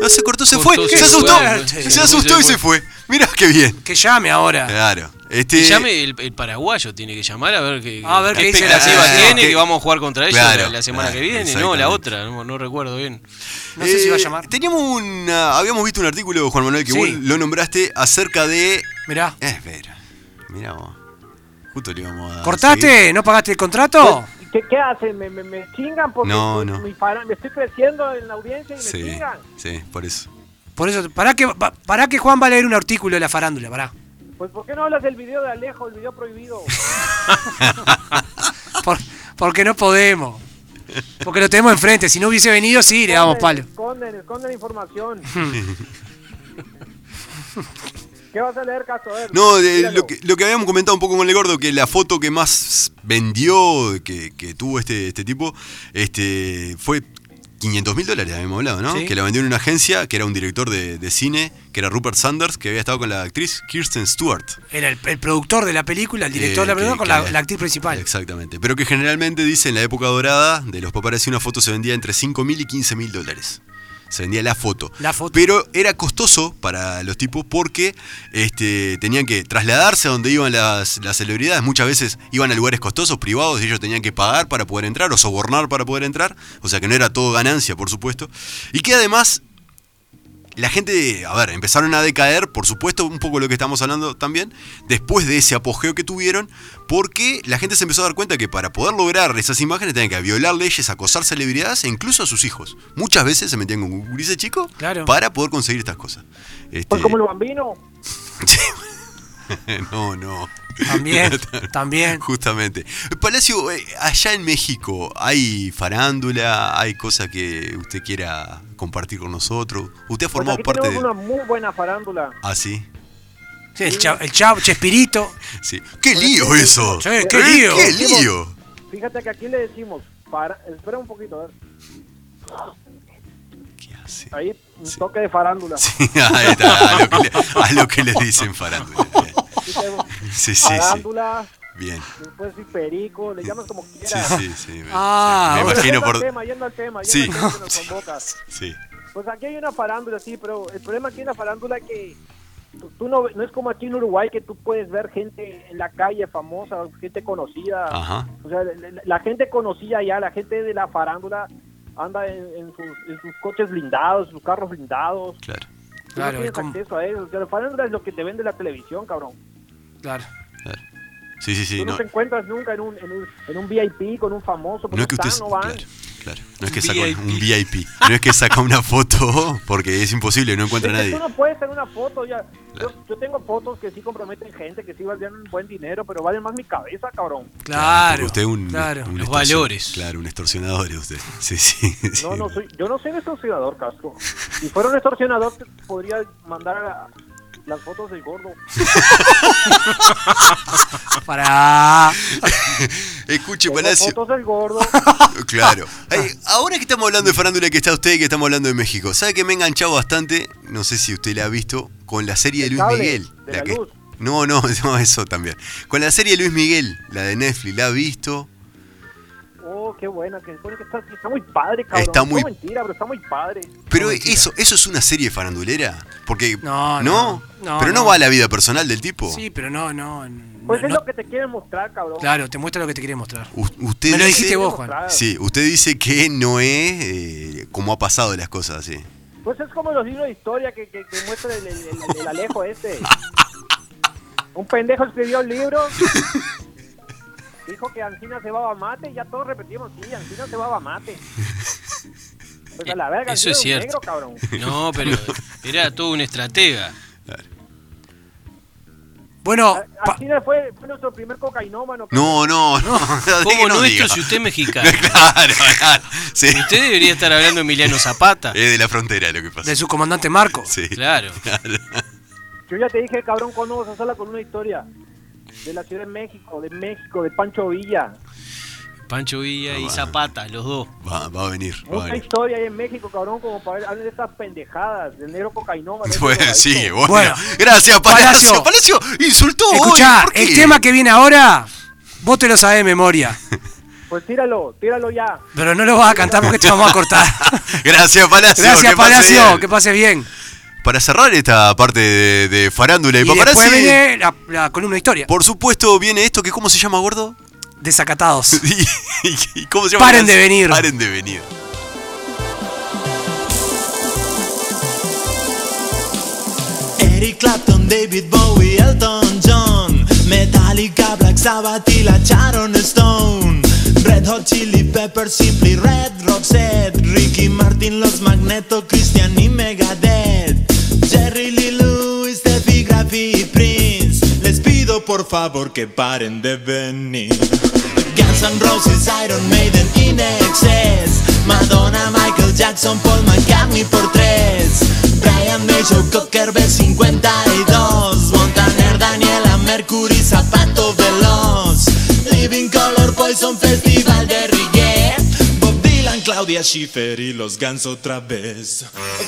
No, se cortó, se
Cortó,
fue.
se
Se
fue,
asustó.
se
Se
fue,
asustó y
se
se fue. Mirá qué bien.
que llame ahora.
Claro. Este.
Que llame el, el paraguayo, tiene que llamar a ver qué,
A ver qué dice la
expectativa
selección.
tiene,
Que-
que vamos a jugar contra ellos
Claro,
la, la semana
claro,
que viene, no,
exactamente.
la otra, no, no recuerdo bien.
No sé si
Eh,
va a llamar.
Teníamos una. Habíamos visto un artículo, Juan Manuel, que
Sí.
vos lo nombraste acerca de.
Mirá.
Eh, espera. Mirá vos. Justo le íbamos a. dar seguir.
¿Cortaste? ¿No pagaste el contrato?
Pues, ¿Qué, qué hacen? ¿Me, me, me chingan? Porque
No,
mi-
no.
mi fara- me estoy creciendo en la audiencia y me
Sí,
chingan.
sí, por eso.
Por eso, pará que, pa- pará que Juan va a leer un artículo de la farándula, pará.
Pues ¿por qué no hablas del video de Alejo, el video prohibido?
Por- porque no podemos. Porque lo tenemos enfrente. Si no hubiese venido, sí, le damos palo.
Esconden, esconden información. ¿Qué vas a leer, Caso? A ver,
No, de-
tíralo.
lo, que, lo que habíamos comentado un poco con el gordo, que la foto que más vendió, que, que tuvo este, este tipo, este fue 500 mil dólares, habíamos hablado, ¿no?
Sí.
Que la vendió en una agencia, que era un director de, de cine, que era Rupert Sanders, que había estado con la actriz Kirsten Stewart.
Era el, el productor de la película, el director
Eh,
de la película,
que-
con
que
la,
había-
la actriz principal.
Exactamente. Pero que generalmente dice en la época dorada de los paparazzi una foto se vendía entre 5 mil y 15 mil dólares. Se vendía la foto.
La foto.
Pero era costoso para los tipos porque este, tenían que trasladarse a donde iban las, las celebridades. Muchas veces iban a lugares costosos, privados, y ellos tenían que pagar para poder entrar o sobornar para poder entrar. O sea que no era todo ganancia, por supuesto. Y que además la gente, a ver, empezaron a decaer, por supuesto, un poco lo que estamos hablando también, después de ese apogeo que tuvieron, porque la gente se empezó a dar cuenta que para poder lograr esas imágenes tenían que violar leyes, acosar celebridades e incluso a sus hijos. Muchas veces se metían con grises chicos
Claro.
para poder conseguir estas cosas. Este,
Pues como el bambino.
no, no.
También, también.
Justamente. Palacio, eh, allá en México, ¿hay farándula? ¿Hay cosas que usted quiera compartir con nosotros? ¿Usted ha
Pues
formado
aquí
parte de...?
tenemos una muy buena farándula.
Ah, sí.
Sí, El chavo, el chavo, Chespirito.
Sí. ¡Qué lío eso!
Sí, qué
¿Eh?
lío.
¡Qué lío!
Fíjate que aquí le decimos, para, espera un poquito, a ver,
¿Qué hace?
ahí un toque de farándula.
Sí, ahí está, a lo que le, a lo que le dicen farándula.
Aquí tenemos
Sí, sí, sí.
farándula,
Bien.
después sí, perico, le llamas como
Sí,
quieras.
sí, sí. Me,
Ah,
me
Ahora,
imagino
yendo al
por.
tema, yendo al tema, yendo
Sí.
al tema que nos convocas.
Sí.
Pues aquí hay una farándula, sí, pero el problema aquí en la farándula que tú, tú no, no es como aquí en Uruguay que tú puedes ver gente en la calle famosa, gente conocida.
Ajá.
O sea, la, la- la gente conocida ya, la gente de la farándula anda en, en sus, en sus coches blindados, sus carros blindados.
Claro.
Tú
Claro,
no
es
tienes
como-
acceso a eso. O sea, la farándula es lo que te vende la televisión, cabrón.
Claro.
claro. Sí, sí,
tú
sí.
no,
No,
te encuentras nunca en un, en un, en un VIP con un famoso, porque
no es que usted.
están, no van.
Claro. Claro. No es que
Un
saca
VIP.
un VIP. No es que saca una foto porque es imposible, no encuentra a
Es que
nadie.
Tú no puedes tener una foto ya.
Claro.
Yo, yo tengo fotos que sí comprometen gente, que sí valen un buen dinero, pero valen más mi cabeza, cabrón.
Claro.
Usted es un,
claro.
un
Los
extorsion-
valores.
Claro, un extorsionador es usted. Sí, sí. sí.
No, no soy, yo no soy un extorsionador, Casco. Si fuera un extorsionador, te podría mandar a, las fotos del gordo.
Para.
Escuche,
Tengo
Palacio.
fotos del gordo.
Claro. Ay, ahora que estamos hablando de farándula que está usted y que estamos hablando de México, ¿sabe que me he enganchado bastante? No sé si usted la ha visto con la serie de
El
Luis
cable,
Miguel.
de la
que-
luz.
No, no, no, eso también. Con la serie de Luis Miguel, la de Netflix, ¿la ha visto?
Oh, qué buena, que se supone que está, está muy padre, cabrón.
Está muy-
Es mentira, pero está muy padre. Pues
Pero
No, mentira.
eso, eso es una serie farandulera. Porque.
No, no, no,
pero no,
no.
va a la vida personal del tipo.
Sí, pero no, no. no,
Pues es
no-
lo que te quieren mostrar, cabrón.
Claro, te muestra lo que te quiere mostrar.
U- usted
Me lo
dice-
dijiste vos, Juan.
Mostrar.
Sí, usted dice que no es eh, como ha pasado las cosas, sí.
Pues es como los libros de historia que, que, que muestra el, el- el- el Alejo este. Un pendejo escribió un libro. Dijo que Ancina se va a mate y ya todos repetimos, sí, Ancina se va a mate. Pues a la verga,
Eso
Ancina
es
un
cierto.
negro, cabrón.
No, pero era todo un estratega.
Bueno, pa-
Ancina fue, fue nuestro primer cocainómano.
No, no, no. ¿de qué
¿Cómo
nos
no
diga?
esto si usted es mexicano?
Claro, claro. Sí.
Usted debería estar hablando de Emiliano Zapata.
Es de la frontera lo que pasa.
de su comandante Marco.
Sí.
Claro.
Yo ya te dije, cabrón, cuando vas a hacerla con una historia. De la Ciudad de México, de México, de Pancho Villa.
Pancho Villa y
va.
Zapata, los dos.
Va, va a venir. Va a
Mucha
venir.
historia ahí en México, cabrón, como para ver hablen de estas pendejadas, de negro cocainómano. de este
Bueno, Pues,
drogadicto.
sí, bueno.
Bueno.
Gracias, Palacio.
Palacio.
Palacio insultó. hoy,
Escuchá,
¿por qué?
el tema que viene ahora, vos te lo sabés de memoria.
Pues tíralo, tíralo ya.
Pero no lo vas a cantar porque te vamos a cortar.
Gracias, Palacio.
Gracias,
que pase
Palacio.
bien.
Que pase bien.
Para cerrar esta parte de, de farándula y,
Y
paparazzi,
después viene la, la columna de historia.
por supuesto viene esto que ¿cómo se llama, gordo?
Desacatados.
¿Y, y- y cómo se llama?
Paren de venir.
Paren de venir.
Eric Clapton, David Bowie, Elton John, Metallica, Black Sabbath y la Sharon Stone, Red Hot Chili Peppers, Simply Red, Roxette, Ricky Martin, Los Magneto, Christian y Megadeth, Jerry Lee Lewis, Steffi Graf y este Prince. Les pido por favor que paren de venir. Guns N' Roses, Iron Maiden, In Excess Madonna, Michael Jackson, Paul McCartney por tres Brian May, Joe Cocker, B52 Montaner, Daniela Mercury, Zapato Veloz Living Color, Poison, Festival de Reggae Bob Dylan, Claudia Schiffer y los Guns otra vez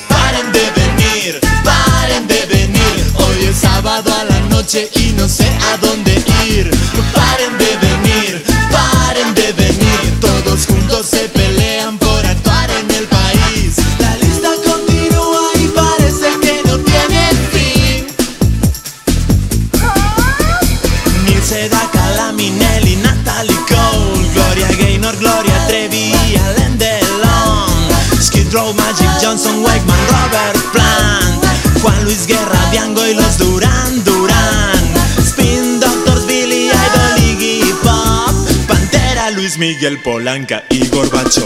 Paren de venir, paren de venir Hoy es sábado a la noche y no sé a dónde ir Paren de venir, paren de venir Todos juntos se pelean por actuar en el país La lista continúa y parece que no tiene fin Nilce Cala, Minelli, Natalie Cole, Gloria Gaynor, Gloria Trevi, y Alain Delon, Skid Row, Magic Johnson, Wakeman, Robert Plant, Juan Luis Guerra, Diango y los Duran Duran, Spin Doctors, Billy Idol, Iggy Pop, Pantera, Luis Miguel, Polanca y Gorbachev.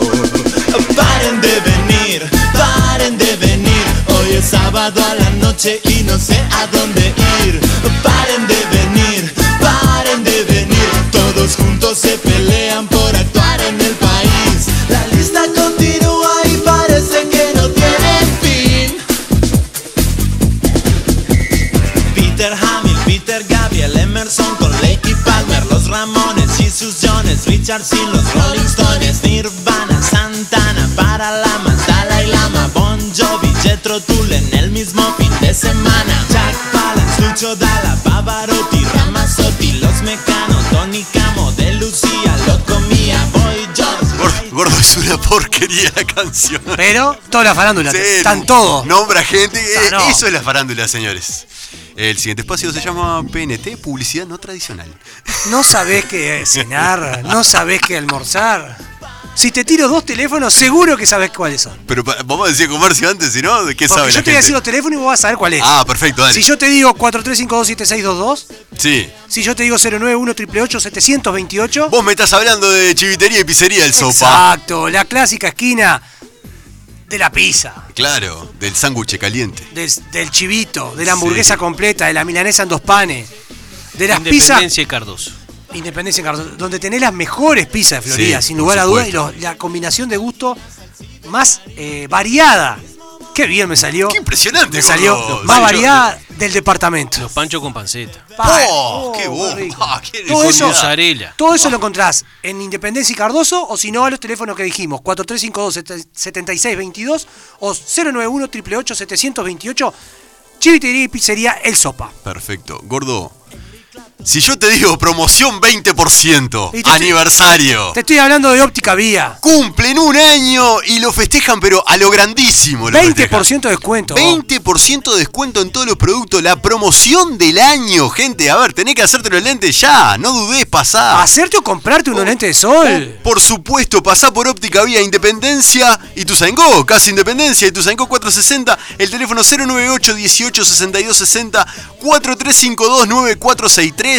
Paren de venir, paren de venir, hoy es sábado a la noche y no sé a dónde ir. Paren de venir, paren de venir, todos juntos se pelean por actuar en el país. La lista continúa y parece que no tiene fin. Peter Hamill, Peter Gabriel, Emerson con Lake y Palmer, los Ramones, Jesus Jones, Richard Sin, los Rolling Stones, Nirvana, Santana, Paralama, Dalai Lama, Bon Jovi, Jethro Tull en el mismo fin de semana, Jack Palance, Lucho Dalla, Pavarotti, Ramazzotti, Los Mecanos, Tony Camo, De Lucía, Locomía, Boy George,
Gordo, gordo, es una porquería la canción.
Pero toda la farándula.
Sí,
están todos.
Nombra gente. eh,
no.
Eso es la farándula, señores. El siguiente espacio se llama PNT, publicidad no tradicional.
No sabés qué cenar, no sabés qué almorzar. Si te tiro dos teléfonos, seguro que sabés cuáles son.
Pero pa- vamos a decir comercio antes, si no, ¿de qué
Porque
sabe
yo
la gente?
te voy a decir los teléfonos y vos vas a saber cuál es.
Ah, perfecto, dale.
si yo te digo 43527622,
Sí.
si yo te digo 091 728
Vos me estás hablando de chivitería y pizzería el sopa.
Exacto, la clásica esquina de la pizza,
Claro, del sándwich caliente.
del, del chivito, de la hamburguesa
Sí.
completa, de la milanesa en dos panes, de las pizzas.
Independencia y Cardoso.
Independencia en Carlos, donde tenés las mejores pizzas de Florida,
Sí,
sin lugar
por
a dudas, y
supuesto.
los- la combinación de gusto más eh, variada. Qué bien me salió.
Qué impresionante,
Me salió
gordo.
más
Sí, yo-
variada. del departamento.
Los panchos con panceta.
Pa-
¡Oh,
oh,
qué bomba!
rico.
¡Qué
Todo
con
eso,
mozzarella.
todo eso lo encontrás en Independencia y Cardoso o si no a los teléfonos que dijimos 4352-7622 o 091-888-728 Chivitería y Pizzería El Sopa.
Perfecto. Gordo, si yo te digo promoción 20%,
Y te-
aniversario,
Te estoy hablando de óptica vía.
cumplen un año y lo festejan, pero a lo grandísimo. Lo festejan.
20% de descuento.
20% de descuento en todos los productos, la promoción del año, gente. A ver, tenés que hacerte los lentes ya, no dudes, pasá.
Hacerte o comprarte un lente de sol.
Por supuesto, pasá por óptica vía Independencia y tu casi Independencia y tu 460, el teléfono 098 18 62 60 4352 9463,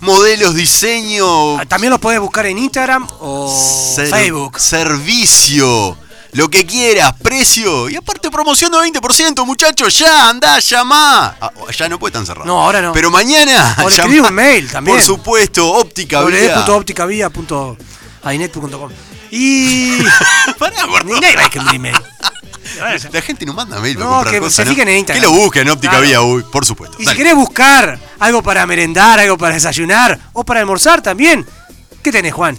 modelos, diseño,
Ah, También los podés buscar en Instagram o
ser-
Facebook.
servicio, lo que quieras, precio y aparte promoción de 20%, muchachos, ya, andá, llamá. Ah, ya no puede tan cerrado.
No, ahora no.
Pero mañana.
O le
llamá.
escribí un mail también.
Por supuesto, óptica vía.
www.opticavía.ainet.com Y.
Pará, gordo.
Nadie va a escribir un email.
La gente no manda mail para
No,
comprar
que
cosas,
se
¿no?
fijen en Instagram.
Que lo busquen, óptica
Claro.
vía, uy, por supuesto.
Y si
Dale.
querés buscar algo para merendar, algo para desayunar o para almorzar también, ¿qué tenés, Juan?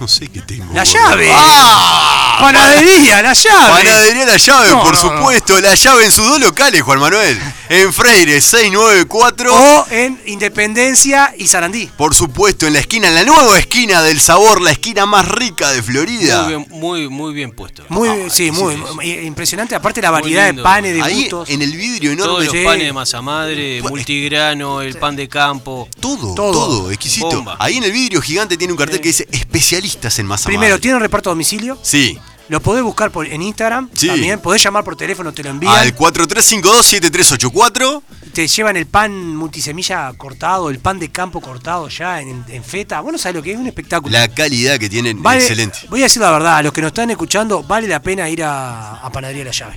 No sé qué tengo.
La
gordo.
llave.
¡Ah!
Panadería, la llave.
Panadería La Llave,
No,
por
no, no.
supuesto. La Llave en sus dos locales, Juan Manuel. En Freire 694.
O en Independencia y Sarandí.
Por supuesto, en la esquina, en la nueva esquina del sabor, la esquina más rica de Florida.
Muy bien, muy, muy bien puesto.
Muy, sí,
sí,
muy
Ah, sí,
eh, impresionante. Aparte la
Muy
variedad de
lindo.
panes, de
Ahí,
gustos.
en el vidrio
Todos
enorme.
los
sí.
panes de masa madre, multigrano, el pan de campo.
Todo, todo,
Todo.
exquisito.
Bomba.
Ahí en el vidrio gigante tiene un cartel que dice especialistas en masa
Primero,
madre".
tiene un reparto a domicilio.
Sí,
Lo podés buscar por, en Instagram
Sí.
también. Podés llamar por teléfono, te lo envían.
al 4352-7384.
Te llevan el pan multisemilla cortado, el pan de campo cortado ya en, en feta. Bueno, sabés lo que es un espectáculo.
La calidad que tienen,
Vale-
excelente.
Voy a decir la verdad, a los que nos están escuchando, vale la pena ir a, a Panadería La Llave.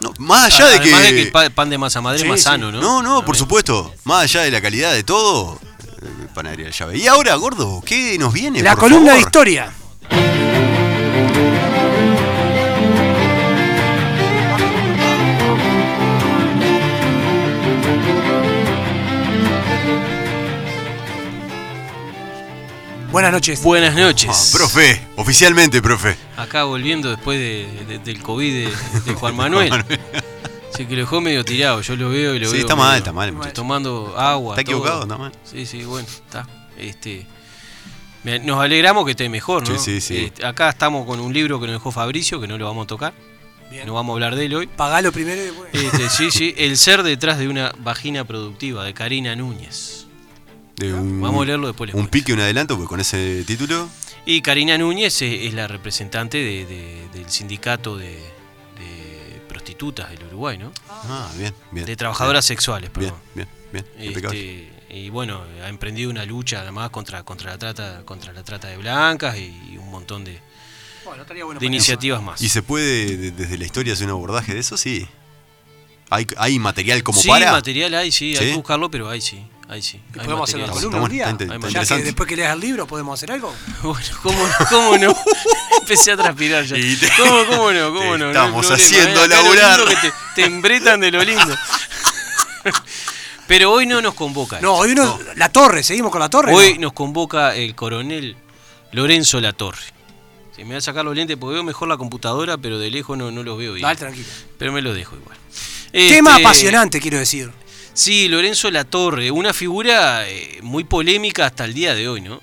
No, más allá de que...
Además de que el pa- pan de masa madre
Sí,
es más
sí.
sano, ¿no?
No, no, por
También.
supuesto. Más allá de la calidad de todo, eh, panadería de llave. Y ahora, gordo, ¿qué nos viene?
La
por
columna de
favor?
historia. Buenas noches.
Buenas noches.
Ah, profe, oficialmente, profe.
Acá volviendo después de- de- del COVID de, de Juan Manuel. Sí, que lo dejó medio tirado, yo lo veo y lo
Sí,
veo.
está
medio-
mal, está mal, muchacho.
Tomando agua.
Está
todo.
equivocado, está mal.
Sí, sí, bueno, está. Este, me- nos alegramos que esté mejor, ¿no?
Sí, sí, sí.
Este, acá estamos con un libro que nos dejó Fabricio, que no lo vamos a tocar.
Bien.
No vamos a hablar de él hoy.
Pagalo primero y después.
Este, sí, sí, El ser detrás de una vagina productiva, de Karina Núñez.
De un,
Vamos a leerlo después. les
Mm. Un
cuento.
pique, un adelanto, porque con ese título.
Y Karina Núñez es, es la representante de- de- del sindicato de, de prostitutas del Uruguay, ¿no?
Ah, bien, bien.
De trabajadoras sexuales,
Bien,
perdón.
bien, bien. impecable.
Este, y bueno, ha emprendido una lucha además contra, contra, la, trata, contra la trata de blancas y, y un montón de,
Bueno, Oh, estaría bueno
de
para
iniciativas más.
¿Y se puede de- desde la historia hacer un abordaje de eso? Sí. ¿Hay, hay material como
sí,
para?
material hay, sí, hay
¿Sí?
que buscarlo, pero hay sí. Hay, sí,
eso.
hay
¿Podemos hacer una
material.
columna
Está
un día?
bueno, está
Ya
Hay
que
interesante.
después que leas el libro, ¿podemos hacer algo?
Bueno, ¿cómo, cómo no? Empecé a transpirar ya.
Y te-
¿Cómo, cómo no? ¿Cómo
te
no? No hay
estamos
problema, ¿eh?
haciendo
acá lo
laburar.
lindo que te, te embretan de lo lindo. Pero hoy no nos convoca.
No, hoy uno. La torre, seguimos con la torre.
Hoy
¿no?
nos convoca el coronel Lorenzo Latorre. Si me voy a sacar los lentes porque veo mejor la computadora, pero de lejos no, no los veo bien.
Dale, tranquilo.
Pero me los dejo igual.
Tema
Este,
apasionante, quiero decir.
Sí, Lorenzo Latorre, una figura eh, muy polémica hasta el día de hoy, ¿no?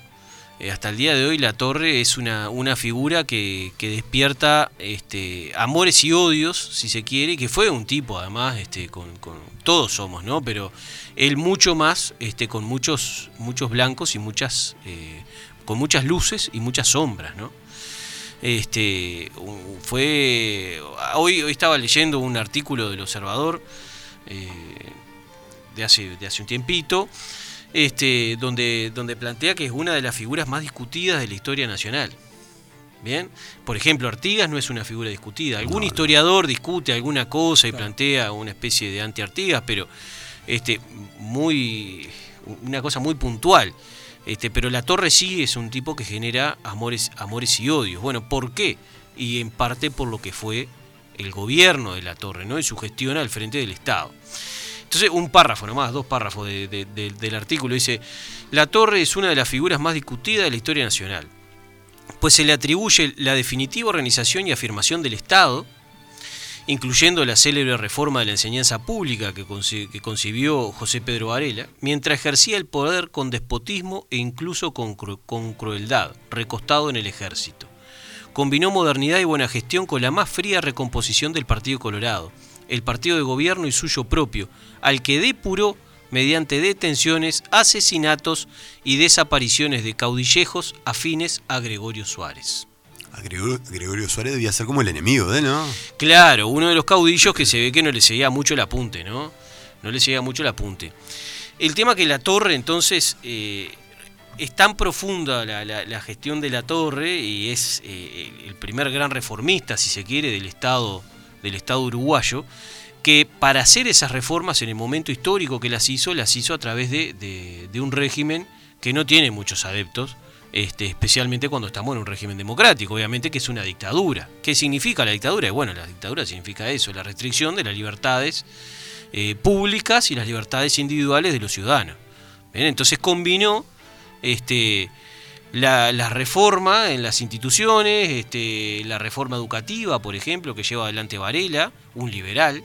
Eh, hasta el día de hoy Latorre es una, una figura que, que despierta este, amores y odios, si se quiere, que fue un tipo además, este, con, con- todos somos, ¿no? Pero él mucho más, este, con muchos, muchos blancos y muchas, eh, con muchas luces y muchas sombras, ¿no? Este, u- fue, hoy, hoy estaba leyendo un artículo del Observador, eh, de hace, de hace un tiempito, este, donde, donde plantea que es una de las figuras más discutidas de la historia nacional. Bien, por ejemplo, Artigas no es una figura discutida. Algún historiador discute alguna cosa y plantea una especie de anti-Artigas, pero este, muy, una cosa muy puntual. Este, pero la torre sí es un tipo que genera amores, amores y odios. Bueno, ¿por qué? Y en parte por lo que fue el gobierno de la torre, ¿no? Y su gestión al frente del Estado. Entonces, un párrafo nomás, dos párrafos de- de- de- del artículo. Dice, La Torre es una de las figuras más discutidas de la historia nacional, pues se le atribuye la definitiva organización y afirmación del Estado, incluyendo la célebre reforma de la enseñanza pública que, conci- que concibió José Pedro Varela, mientras ejercía el poder con despotismo e incluso con, cru- con crueldad, recostado en el ejército. Combinó modernidad y buena gestión con la más fría recomposición del Partido Colorado, el partido de gobierno y suyo propio, al que depuró mediante detenciones, asesinatos y desapariciones de caudillejos afines a Gregorio Suárez.
A Ah, Gregorio, Gregorio Suárez debía ser como el enemigo de, él, ¿no?
Claro, uno de los caudillos que se ve que no le seguía mucho el apunte, ¿no? No le seguía mucho el apunte. El tema que la torre, entonces, eh, es tan profunda la, la- la gestión de la torre y es eh, el- el primer gran reformista, si se quiere, del Estado, del Estado uruguayo, que para hacer esas reformas en el momento histórico que las hizo, las hizo a través de, de- de un régimen que no tiene muchos adeptos, este, especialmente cuando estamos en un régimen democrático, obviamente que es una dictadura. ¿Qué significa la dictadura? Y Bueno, la dictadura significa eso, la restricción de las libertades eh, públicas y las libertades individuales de los ciudadanos. Bien, Entonces combinó este, la, la reforma en las instituciones, este, la reforma educativa, por ejemplo, que lleva adelante Varela, un liberal,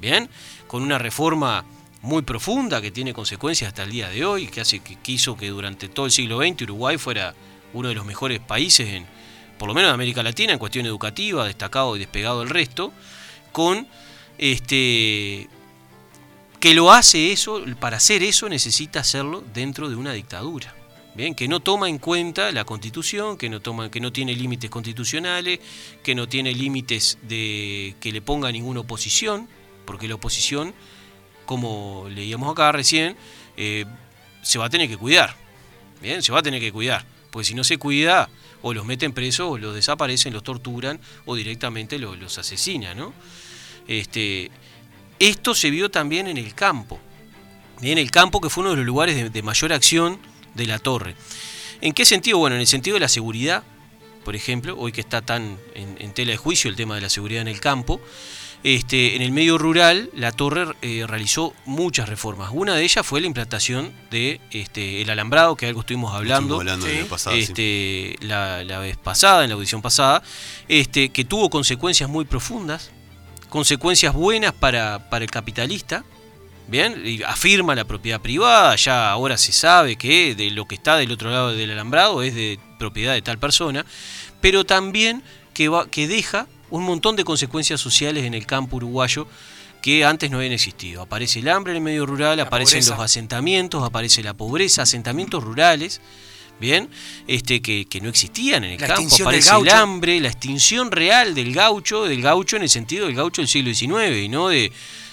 ¿bien? Con una reforma muy profunda que tiene consecuencias hasta el día de hoy, que hace que que hizo que durante todo el siglo XX Uruguay fuera uno de los mejores países en, por lo menos en América Latina, en cuestión educativa, destacado y despegado del resto, con este que lo hace eso, para hacer eso necesita hacerlo dentro de una dictadura. Bien, que no toma en cuenta la constitución, que no toma, que no tiene límites constitucionales, que no tiene límites de que le ponga ninguna oposición, porque la oposición, como leíamos acá recién, eh, se va a tener que cuidar. Bien, se va a tener que cuidar. Porque si no se cuida, o los meten presos, o los desaparecen, los torturan, o directamente lo- los asesinan, ¿no? Este, esto se vio también en el campo. En el campo que fue uno de los lugares de, de mayor acción de la torre. ¿En qué sentido? Bueno, en el sentido de la seguridad, por ejemplo, hoy que está tan en, en tela de juicio el tema de la seguridad en el campo. Este, en el medio rural, la torre eh, realizó muchas reformas. Una de ellas fue la implantación de este, el alambrado, que algo estuvimos hablando,
Estuvimos hablando del año pasado, sí.
este, la, la vez pasada, en la audición pasada, este, que tuvo consecuencias muy profundas, consecuencias buenas para, para el capitalista. Bien, y afirma la propiedad privada, ya ahora se sabe que de lo que está del otro lado del alambrado es de propiedad de tal persona, pero también que, va- que deja un montón de consecuencias sociales en el campo uruguayo que antes no habían existido. Aparece el hambre en el medio rural, aparecen
pobreza.
los asentamientos, aparece la pobreza, asentamientos rurales, bien, este que, que no existían en el
La
campo,
extinción del
aparece el
gaucho.
hambre, la extinción real del gaucho, del gaucho en el sentido del gaucho del siglo XIX y no de,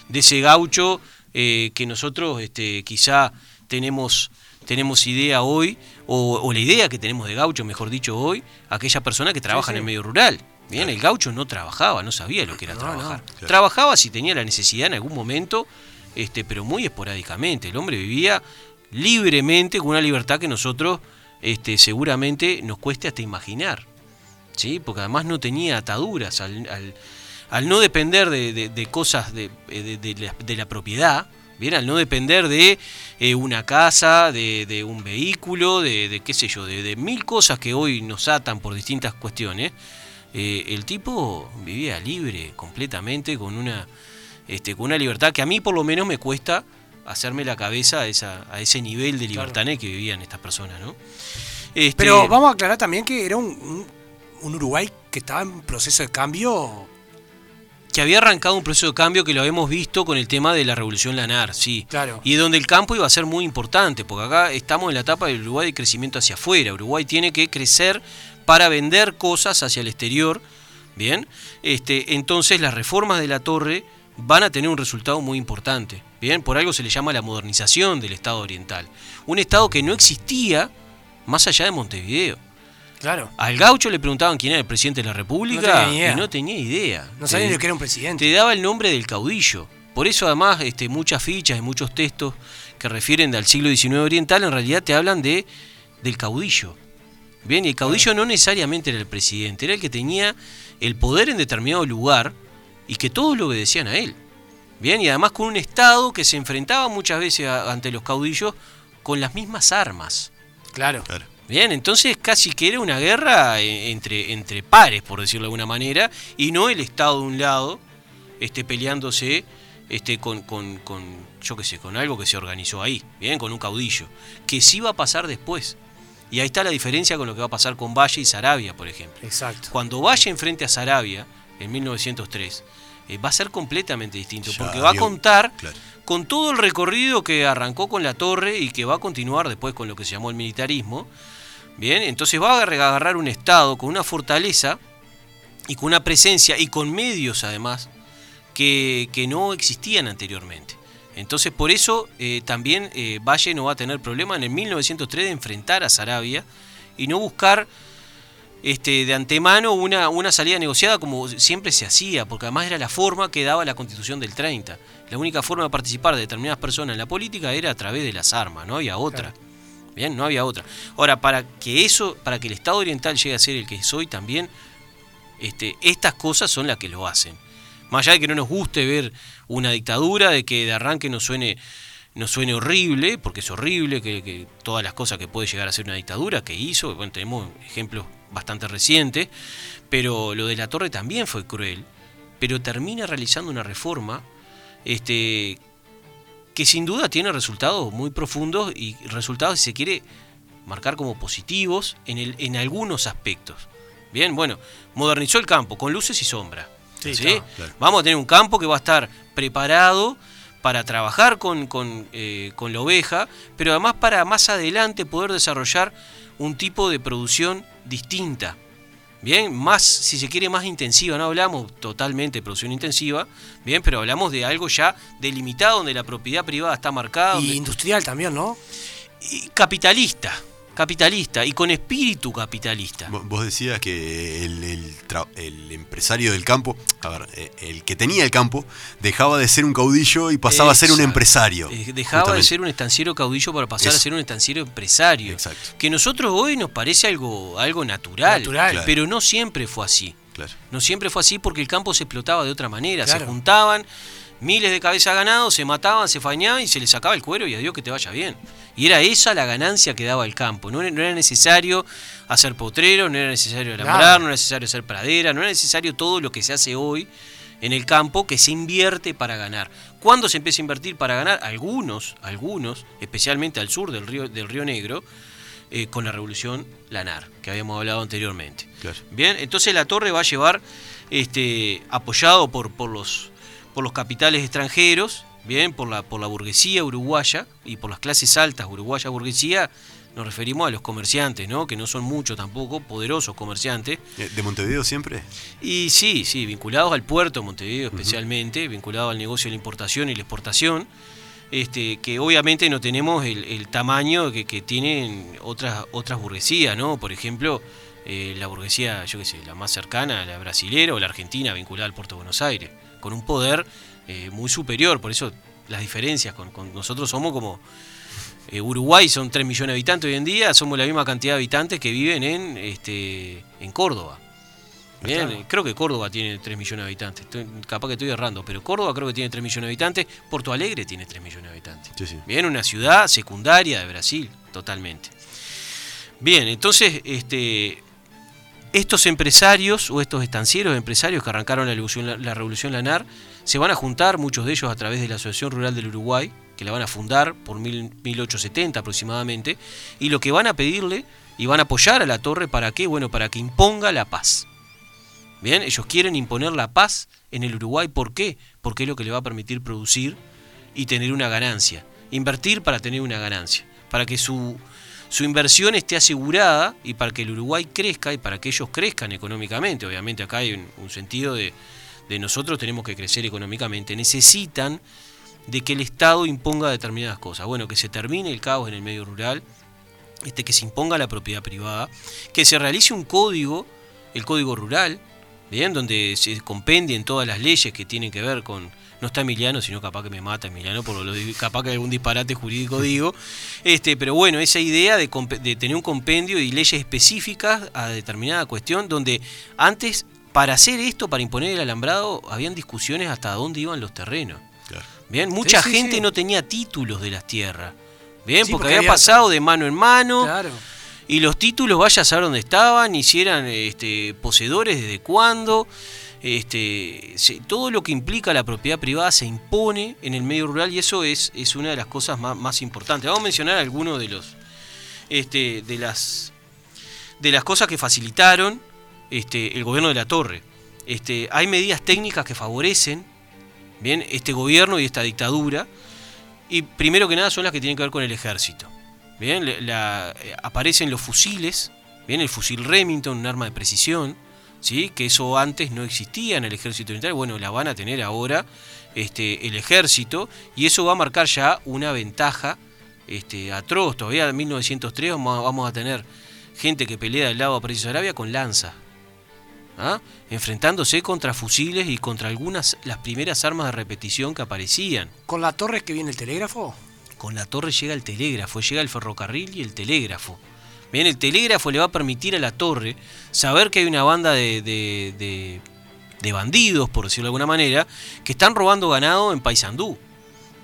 de ese gaucho eh, que nosotros este, quizá tenemos, tenemos idea hoy, o, o la idea que tenemos de gaucho, mejor dicho, hoy, aquella persona que trabaja en el medio rural. Bien, el gaucho no trabajaba, no sabía lo que era trabajar. Trabajaba si tenía la necesidad en algún momento, este, pero muy esporádicamente. El hombre vivía libremente con una libertad que nosotros este, seguramente nos cueste hasta imaginar. ¿sí? porque además no tenía ataduras al, al- al no depender de, de- de cosas de, eh, de- de la, de la propiedad. Bien, al no depender de eh, una casa, de, de un vehículo, de, de qué sé yo, de, de mil cosas que hoy nos atan por distintas cuestiones, eh, el tipo vivía libre completamente con una, este, con una libertad que a mí por lo menos me cuesta hacerme la cabeza a, esa, a ese nivel de libertanés que vivían estas personas, ¿no? Este,
Pero vamos a aclarar también que era un, un- un Uruguay que estaba en proceso de cambio.
que había arrancado un proceso de cambio que lo habíamos visto con el tema de la revolución lanar, sí.
Claro.
Y donde el campo iba a ser muy importante, porque acá estamos en la etapa del Uruguay de crecimiento hacia afuera. Uruguay tiene que crecer para vender cosas hacia el exterior, ¿bien? Este, entonces las reformas de la torre van a tener un resultado muy importante, ¿bien? Por algo se le llama la modernización del Estado Oriental. Un Estado que no existía más allá de Montevideo.
Claro.
Al gaucho le preguntaban quién era el presidente de la República
tenía idea.
y no tenía idea.
No sabía
Te-
ni lo que era un presidente.
te daba el nombre del caudillo. Por eso además este, muchas fichas y muchos textos que refieren al siglo XIX oriental en realidad te hablan de del caudillo. Bien, y el caudillo no necesariamente era el presidente, era el que tenía el poder en determinado lugar y que todos lo obedecían a él. Bien, y además con un Estado que se enfrentaba muchas veces a- ante los caudillos con las mismas armas.
Claro.
Claro.
Bien, entonces casi que era una guerra eh, entre, entre pares, por decirlo de alguna manera, y no el Estado de un lado este, peleándose este, con, con, con, yo qué sé, con algo que se organizó ahí, bien, con un caudillo, que sí va a pasar después. Y ahí está la diferencia con lo que va a pasar con Valle y Sarabia, por ejemplo.
Exacto.
Cuando Valle enfrente a Sarabia en 1903, eh, va a ser completamente distinto,
Ya
porque va a
había un-
contar
claro.
con todo el recorrido que arrancó con la torre y que va a continuar después con lo que se llamó el militarismo. Bien, entonces va a agar- agarrar un Estado con una fortaleza y con una presencia y con medios además que, que no existían anteriormente. Entonces por eso eh, también eh, Valle no va a tener problema en el 1903 de enfrentar a Sarabia y no buscar este, de antemano una, una salida negociada como siempre se hacía, porque además era la forma que daba la constitución del 30. La única forma de participar de determinadas personas en la política era a través de las armas, no había otra. Bien, no había otra. Ahora, para que eso, para que el Estado Oriental llegue a ser el que es hoy también, este, estas cosas son las que lo hacen. Más allá de que no nos guste ver una dictadura, de que de arranque nos suene, nos suene horrible, porque es horrible, que, que todas las cosas que puede llegar a ser una dictadura, que hizo, bueno, tenemos ejemplos bastante recientes, pero lo de la torre también fue cruel, pero termina realizando una reforma este, que sin duda tiene resultados muy profundos y resultados, si se quiere, marcar como positivos en, el- en algunos aspectos. Bien, bueno, modernizó el campo con luces y sombras.
Sí,
¿sí?
claro,
Vamos a tener un campo que va a estar preparado para trabajar con, con, eh, con la oveja, pero además para más adelante poder desarrollar un tipo de producción distinta. Bien, más, si se quiere, más intensiva. No hablamos totalmente de producción intensiva, bien, pero hablamos de algo ya delimitado, donde la propiedad privada está marcada.
Y
donde-
industrial también, ¿no?
y capitalista, capitalista, y con espíritu capitalista.
Vo- Vos decías que el, el tra- el empresario del campo, a ver, eh, el que tenía el campo, dejaba de ser un caudillo y pasaba a ser un
Exacto.
empresario.
Eh, Dejaba de
justamente.
ser un estanciero caudillo para pasar a
Eso.
ser un estanciero empresario.
Exacto.
Que nosotros hoy nos parece algo, algo natural,
Natural.
Claro.
pero no siempre fue así.
Claro.
No siempre fue así porque el campo se explotaba de otra manera. Se
Claro.
juntaban miles de cabezas de ganado, se mataban, se fañaban y se les sacaba el cuero y adiós que te vaya bien. Y era esa la ganancia que daba el campo. No era, no era necesario hacer potrero, no era necesario alambrar,
Nada.
no era necesario hacer pradera, no era necesario todo lo que se hace hoy en el campo que se invierte para ganar. ¿Cuándo se empieza a invertir para ganar? Algunos, algunos, especialmente al sur del río, del río Negro, eh, con la revolución lanar, que habíamos hablado anteriormente.
Claro.
Bien, entonces la torre va a llevar, este, apoyado por, por, los, por los capitales extranjeros, bien, por la, por la burguesía uruguaya y por las clases altas uruguaya burguesía, nos referimos a los comerciantes, ¿no? que no son muchos tampoco, poderosos comerciantes,
Eh, ¿De Montevideo siempre?
y sí, sí, vinculados al puerto de Montevideo especialmente, vinculados al negocio de la importación y la exportación, este, que obviamente no tenemos el, el tamaño que, que tienen otras, otras burguesías, ¿no? Por ejemplo, eh, la burguesía, yo qué sé, la más cercana, la brasilera o la argentina vinculada al puerto de Buenos Aires, con un poder eh, muy superior, por eso las diferencias con, con nosotros somos como... eh, Uruguay son 3 millones de habitantes hoy en día, somos la misma cantidad de habitantes que viven en, este, en Córdoba. Bien, eh, creo que Córdoba tiene 3 millones de habitantes. Estoy- capaz que estoy errando, pero Córdoba creo que tiene 3 millones de habitantes. Porto Alegre tiene 3 millones de habitantes.
Sí, sí.
Bien, una ciudad secundaria de Brasil, totalmente. Bien, entonces, este, estos empresarios o estos estancieros empresarios que arrancaron la revolución, la revolución lanar se van a juntar, muchos de ellos a través de la Asociación Rural del Uruguay, que la van a fundar por mil- 1870 aproximadamente, y lo que van a pedirle y van a apoyar a la torre para qué, bueno, para que imponga la paz. Bien, ellos quieren imponer la paz en el Uruguay. ¿Por qué? Porque es lo que le va a permitir producir y tener una ganancia. Invertir para tener una ganancia. Para que su, su inversión esté asegurada y para que el Uruguay crezca y para que ellos crezcan económicamente. Obviamente acá hay un, un sentido de, de nosotros tenemos que crecer económicamente. Necesitan de que el Estado imponga determinadas cosas. Bueno, que se termine el caos en el medio rural, este, que se imponga la propiedad privada, que se realice un código, el código rural, bien, donde se compendien todas las leyes que tienen que ver con. No está Emiliano, sino capaz que me mata Emiliano, por lo, capaz que algún disparate jurídico digo. Este, pero bueno, esa idea de, comp- de tener un compendio y leyes específicas a determinada cuestión, donde antes, para hacer esto, para imponer el alambrado, habían discusiones hasta dónde iban los terrenos. Bien, mucha
sí,
gente
sí.
no tenía títulos de las tierras. Bien,
Sí,
porque,
porque
había,
había-
pasado de mano en mano.
Claro.
Y los títulos, vaya a saber dónde estaban, y si eran este, poseedores, desde cuándo. Este, se- todo lo que implica la propiedad privada se impone en el medio rural y eso es, es una de las cosas más, más importantes. Vamos a mencionar algunos de los este, de las de las cosas que facilitaron este, el gobierno de la torre. Este, hay medidas técnicas que favorecen bien este gobierno y esta dictadura. Y primero que nada son las que tienen que ver con el ejército. Bien, Le- la- eh, aparecen los fusiles, bien, el fusil Remington, un arma de precisión, ¿sí? que eso antes no existía en el ejército militar, bueno, la van a tener ahora este, el ejército, y eso va a marcar ya una ventaja este, atroz. Todavía en 1903 vamos a, vamos a tener gente que pelea del lado a precios de Arabia con lanza. ¿ah? enfrentándose contra fusiles y contra algunas las primeras armas de repetición que aparecían
¿Con la torre es que viene el telégrafo?
con la torre llega el telégrafo, llega el ferrocarril y el telégrafo. Bien, el telégrafo le va a permitir a la torre saber que hay una banda de, de- de- de bandidos, por decirlo de alguna manera, que están robando ganado en Paysandú.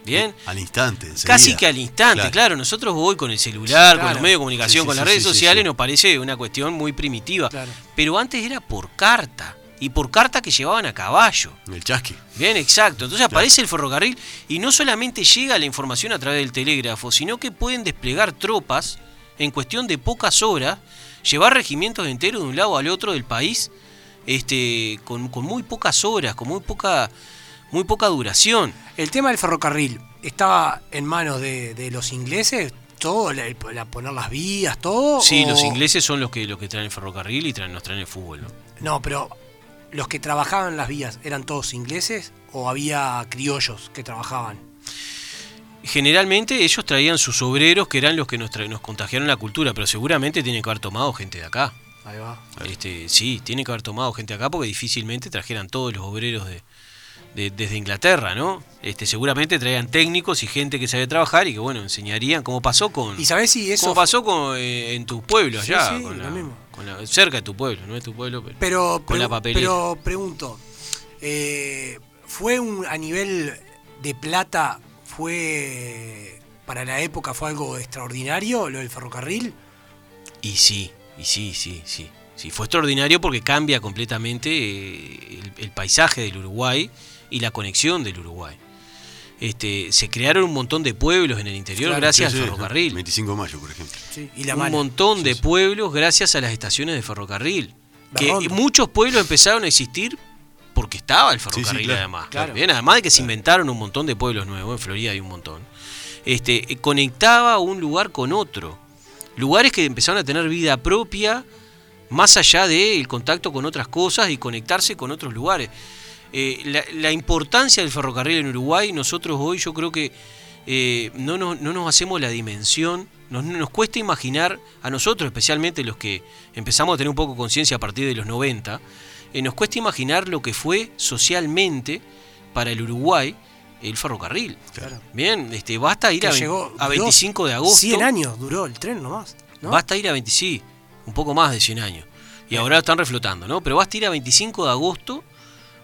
Bien,
Eh, Al instante, enseguida.
casi que al instante,
Claro.
claro. Nosotros hoy con el celular, con
Claro.
los medios de
Sí,
comunicación,
sí,
con las
sí,
redes
sí, sí,
sociales,
sí.
nos parece una cuestión muy primitiva.
Claro.
Pero antes era por carta, y por carta que llevaban a caballo.
El chasqui.
Bien, exacto. Entonces aparece el ferrocarril y no solamente llega la información a través del telégrafo, sino que pueden desplegar tropas en cuestión de pocas horas, llevar regimientos enteros de un lado al otro del país, este, con, con muy pocas horas, con muy poca, muy poca duración.
El tema del ferrocarril estaba en manos de, de los ingleses, todo, la, el- la- poner las vías, todo.
Sí,
o-
los ingleses son los que, los que traen el ferrocarril y traen, nos traen el fútbol. ¿no?
No, pero los que trabajaban las vías, ¿eran todos ingleses o había criollos que trabajaban?
Generalmente ellos traían sus obreros que eran los que nos, tra- nos contagiaron la cultura, pero seguramente tienen que haber tomado gente de acá.
Ahí va.
Este, sí, tiene que haber tomado gente acá porque difícilmente trajeran todos los obreros de, de- desde Inglaterra, ¿no? Este, seguramente traían técnicos y gente que sabía trabajar y que, bueno, enseñarían cómo pasó con...
¿Y sabés si eso
Mm. cómo pasó con, eh, en tu pueblo
Sí,
allá?
sí,
con
lo
la-
mismo.
con la- cerca de tu pueblo, no es tu pueblo, pero...
Pero,
Con la
pregu-
papelera.
pero pregunto, eh, ¿fue un, a nivel de plata, fue para la época, fue algo extraordinario lo del ferrocarril?
Y sí, y sí, sí, sí. Sí, fue extraordinario porque cambia completamente eh, el, el paisaje del Uruguay y la conexión del Uruguay. Este, se crearon un montón de pueblos en el interior
Claro,
gracias
Sí,
al
sí,
ferrocarril.
25 de mayo, por ejemplo.
Y la
un
mano.
montón de pueblos gracias a las estaciones de ferrocarril.
La
Que
ronda.
muchos pueblos empezaron a existir porque estaba el ferrocarril
Sí, sí, claro,
además.
claro.
Bien, además de que se inventaron un montón de pueblos nuevos, en Florida hay un montón. Este, eh, conectaba un lugar con otro. Lugares que empezaron a tener vida propia más allá del contacto con otras cosas y conectarse con otros lugares. Eh, la, la importancia del ferrocarril en Uruguay, nosotros hoy yo creo que eh, no, nos, no nos hacemos la dimensión, nos, nos cuesta imaginar, a nosotros especialmente los que empezamos a tener un poco conciencia a partir de los 90, eh, nos cuesta imaginar lo que fue socialmente para el Uruguay el ferrocarril. Bien, este, basta ir
Que
a, vein-
llegó,
a
duró
25 de agosto.
100 años duró el tren nomás. ¿no?
Basta ir a 20, sí, un poco más de 100 años. Y ahora están reflotando, ¿no? Pero basta ir a 25 de agosto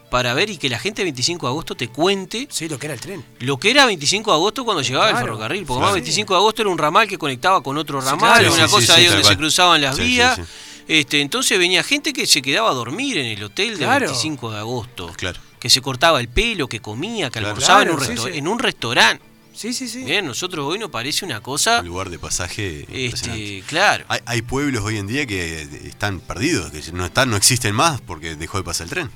para ver y que la gente de 25 de agosto te cuente
Sí, lo que era el tren.
lo que era 25 de agosto cuando llegaba el
Claro,
ferrocarril. Porque
sí.
más 25 de agosto era un ramal que conectaba con otro ramal,
claro.
una
Sí, sí,
cosa
sí,
ahí
tal
donde
cual.
se cruzaban las
Sí, sí,
vías.
sí.
Este, entonces venía gente que se quedaba a dormir en el hotel de
Claro.
25 de agosto.
Claro.
Que se cortaba el pelo, que comía, que
Claro.
almorzaba en, un
Claro, sí,
resto-
sí.
en un restaurante.
Sí, sí, sí.
Bien, nosotros hoy nos parece una cosa.
Un lugar de pasaje impresionante.
Ah. Este, claro.
Hay, hay pueblos hoy en día que están perdidos, que no están, no existen más porque dejó de pasar el tren.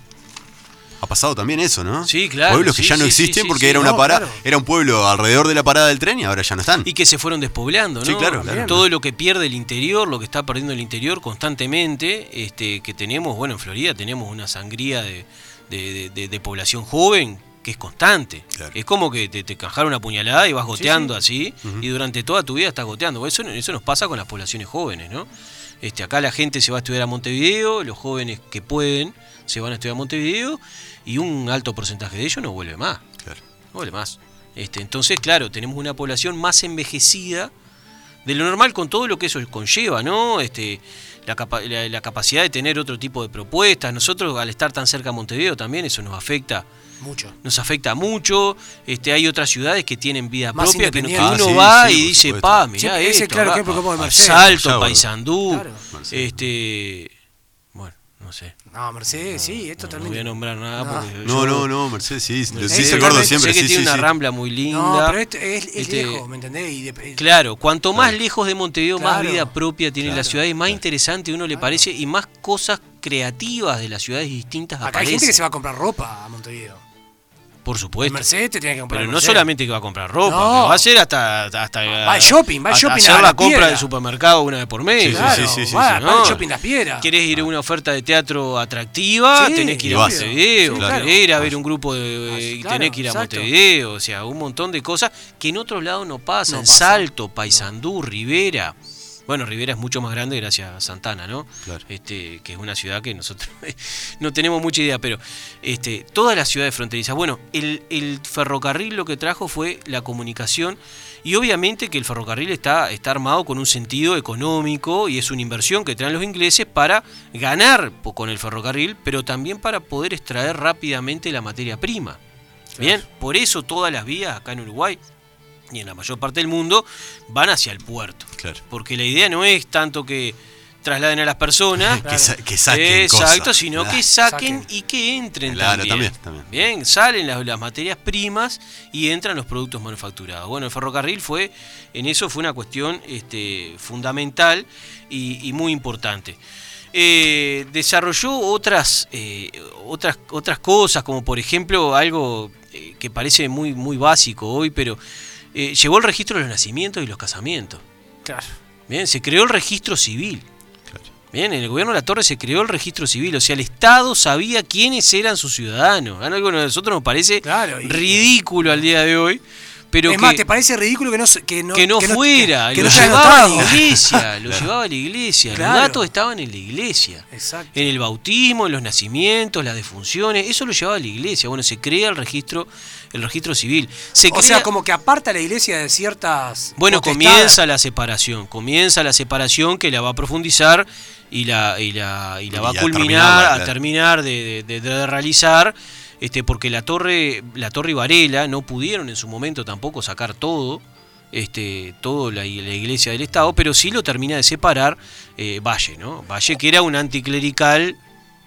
Ha pasado también eso, ¿no?
Sí, claro,
Pueblos que
sí,
ya no
sí, sí,
existen
sí,
porque
sí,
era una
no,
parada,
claro.
era un pueblo alrededor de la parada del tren y ahora ya no están.
Y que se fueron despoblando, ¿no?
Sí, claro, claro.
Todo lo que pierde el interior, lo que está perdiendo el interior constantemente, este, que tenemos, bueno, en Florida tenemos una sangría de, de- de- de- de población joven que es constante.
Claro.
Es como que te, te canjaron una puñalada y vas goteando así, y durante toda tu vida estás goteando. Eso, eso nos pasa con las poblaciones jóvenes, ¿no? Este, acá la gente se va a estudiar a Montevideo, los jóvenes que pueden se van a estudiar a Montevideo, y un alto porcentaje de ellos no vuelve más.
Claro.
No vale más. Este, entonces, claro, tenemos una población más envejecida de lo normal con todo lo que eso conlleva, ¿no? Este, la, capa- la- la capacidad de tener otro tipo de propuestas. Nosotros, al estar tan cerca de Montevideo, también eso nos afecta.
Mucho.
Nos afecta mucho. Este, hay otras ciudades que tienen vida
Más
propia que no- que
independientes.
uno
Ah, sí,
va
sí,
y
por
dice,
supuesto.
pa, mirá
Siempre- ese
esto,
claro
va-
ejemplo como de Mercedes.
Salto,
Allá, bueno.
Paysandú.
Claro.
Este, bueno, no sé.
No, Mercedes, sí, es
No voy
totalmente.
a nombrar nada
No.
porque
No,
yo-
no, no, Mercedes, sí, lo
Sí,
dice el
totalmente.
gordo siempre,
Sé que
sí, sí,
tiene una
sí.
rambla muy linda.
No, pero es, es, es
Este,
lejos, ¿me entendés? Y de- eh,
Claro, cuanto más lejos de Montevideo,
Claro.
más vida propia tiene la
Claro.
ciudad y más interesante uno le parece y más cosas creativas de las ciudades distintas
Acá hay
aparecen.
gente que se va a comprar ropa a Montevideo.
Por
En
supuesto.
Mercedes te tiene que comprar
Este. Pero no
Mercedes.
solamente que va a comprar ropa,
No.
que va a hacer hasta. hasta
Va al shopping, va al
hasta
shopping
Hacer
a
la,
la
compra
piedra.
del supermercado una vez por mes.
Claro,
Sí, sí, sí, sí,
va,
sí.
va al
No.
shopping Las Piedras.
¿Querés ir a una oferta de teatro atractiva?
Sí,
tenés que ir a
y vas.
Montevideo.
Sí, claro.
Querés ir a ver un grupo de.
Ah, sí,
y
claro,
tenés que ir a
exacto.
Montevideo. O sea, un montón de cosas que en otros lados no pasan.
No pasa.
Salto, Paysandú, Rivera. Bueno, Rivera es mucho más grande gracias a Santana, ¿no?
Claro.
Este, que es una ciudad que nosotros no tenemos mucha idea, pero este, todas las ciudades fronterizas. Bueno, el, el ferrocarril lo que trajo fue la comunicación y obviamente que el ferrocarril está, está armado con un sentido económico y es una inversión que traen los ingleses para ganar po- con el ferrocarril, pero también para poder extraer rápidamente la materia prima. Bien, por eso todas las vías acá en Uruguay y en la mayor parte del mundo van hacia el puerto.
Claro.
Porque la idea no es tanto que trasladen a las personas,
Que, sa- que saquen
Exacto,
cosas.
sino
Claro.
que saquen,
Saquen.
y que entren
Claro,
también.
también, también.
Bien, salen las, las materias primas y entran los productos manufacturados. Bueno, el ferrocarril fue, en eso fue una cuestión este, fundamental y, y muy importante. Eh, desarrolló otras, eh, otras, otras cosas, como por ejemplo algo eh, que parece muy, muy básico hoy, pero eh, llevó el registro de los nacimientos y los casamientos.
Claro.
Bien, se creó el registro civil. Bien, en el gobierno de la Torre se creó el registro civil, o sea, el Estado sabía quiénes eran sus ciudadanos. Algo que a nosotros nos parece
Claro, y-
ridículo al día de hoy, pero
es
que,
más, te parece ridículo que no se- que no,
que no fuera,
que, que
lo
no se haya
llevaba a la
notado.
iglesia, lo llevaba a la iglesia,
Claro.
los datos estaban en la iglesia.
Exacto.
En el bautismo, en los nacimientos, las defunciones, eso lo llevaba a la iglesia. Bueno, se crea el registro, el registro civil. Se
O sea,
crea-
como que aparta a la iglesia de ciertas.
bueno,
potestades.
comienza la separación, comienza la separación que la va a profundizar y la, y la, y la
Y
va a
a
culminar,
terminarla,
a
claro.
terminar de, de- de- de realizar, este, porque la torre, la torre y Varela no pudieron en su momento tampoco sacar todo, este, todo la, i- la iglesia del Estado, pero sí lo termina de separar eh, Valle, ¿no? Valle que era un anticlerical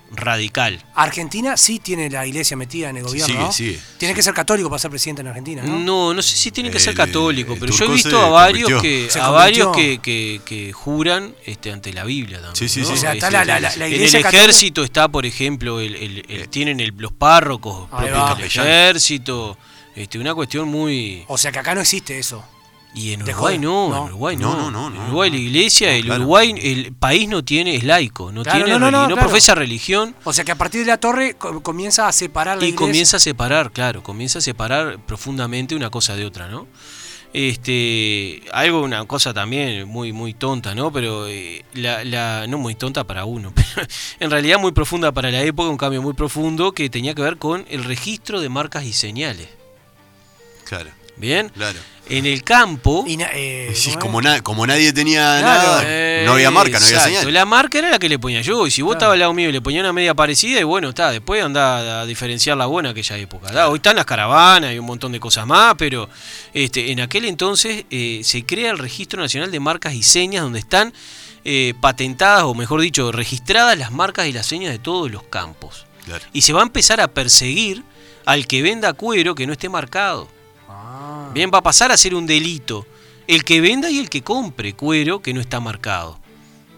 radical.
Argentina sí tiene la iglesia metida en el gobierno.
sigue,
¿no?
sigue.
Tiene que ser católico para ser presidente en Argentina, ¿no?
No, no sé si tiene que ser
El-
católico,
el
pero yo he
turco se
visto a varios
convirtió.
que
Se
a varios que,
convirtió.
que, que juran este ante la Biblia también.
Sí, sí,
¿no?
sí. O sea,
está
Este,
la- la- la- la
en el
iglesia católica-
ejército está, por ejemplo, el, el- el-
Eh.
tienen el- los párrocos
Ahí
propios
va.
del ejército. Este, una cuestión muy
O sea que acá no existe eso.
y en
Te
Uruguay
joden.
no,
No.
en Uruguay no,
No, no, no, no,
en Uruguay la
no.
iglesia,
No,
el
claro.
Uruguay, el país no tiene es laico, no
Claro,
tiene
no, no, no,
religi- no
claro.
profesa religión
O sea que a partir de la torre co- comienza a separar la
y
iglesia.
comienza a separar, claro, comienza a separar profundamente una cosa de otra, ¿no? Este, algo, una cosa también muy, muy tonta, ¿no? Pero eh, la, la- no muy tonta para uno, pero en realidad muy profunda para la época, un cambio muy profundo que tenía que ver con el registro de marcas y señales.
Claro,
Bien,
claro.
en el campo.
Y na- eh,
Y sí,
¿cómo
como,
es?
na- como nadie tenía
Claro,
nada, no había marca, no había
eh, Exacto,
señal.
La marca era la que le ponía yo. Y si vos
Claro.
estabas al lado mío y le ponía una media parecida, y bueno, está, después andaba a diferenciar la buena aquella época. ¿da? Hoy están las caravanas y un montón de cosas más, pero este, en aquel entonces eh, se crea el Registro Nacional de Marcas y Señas, donde están eh, patentadas, o mejor dicho, registradas las marcas y las señas de todos los campos.
Claro.
Y se va a empezar a perseguir al que venda cuero que no esté marcado. Bien, va a pasar a ser un delito. El que venda y el que compre cuero que no está marcado.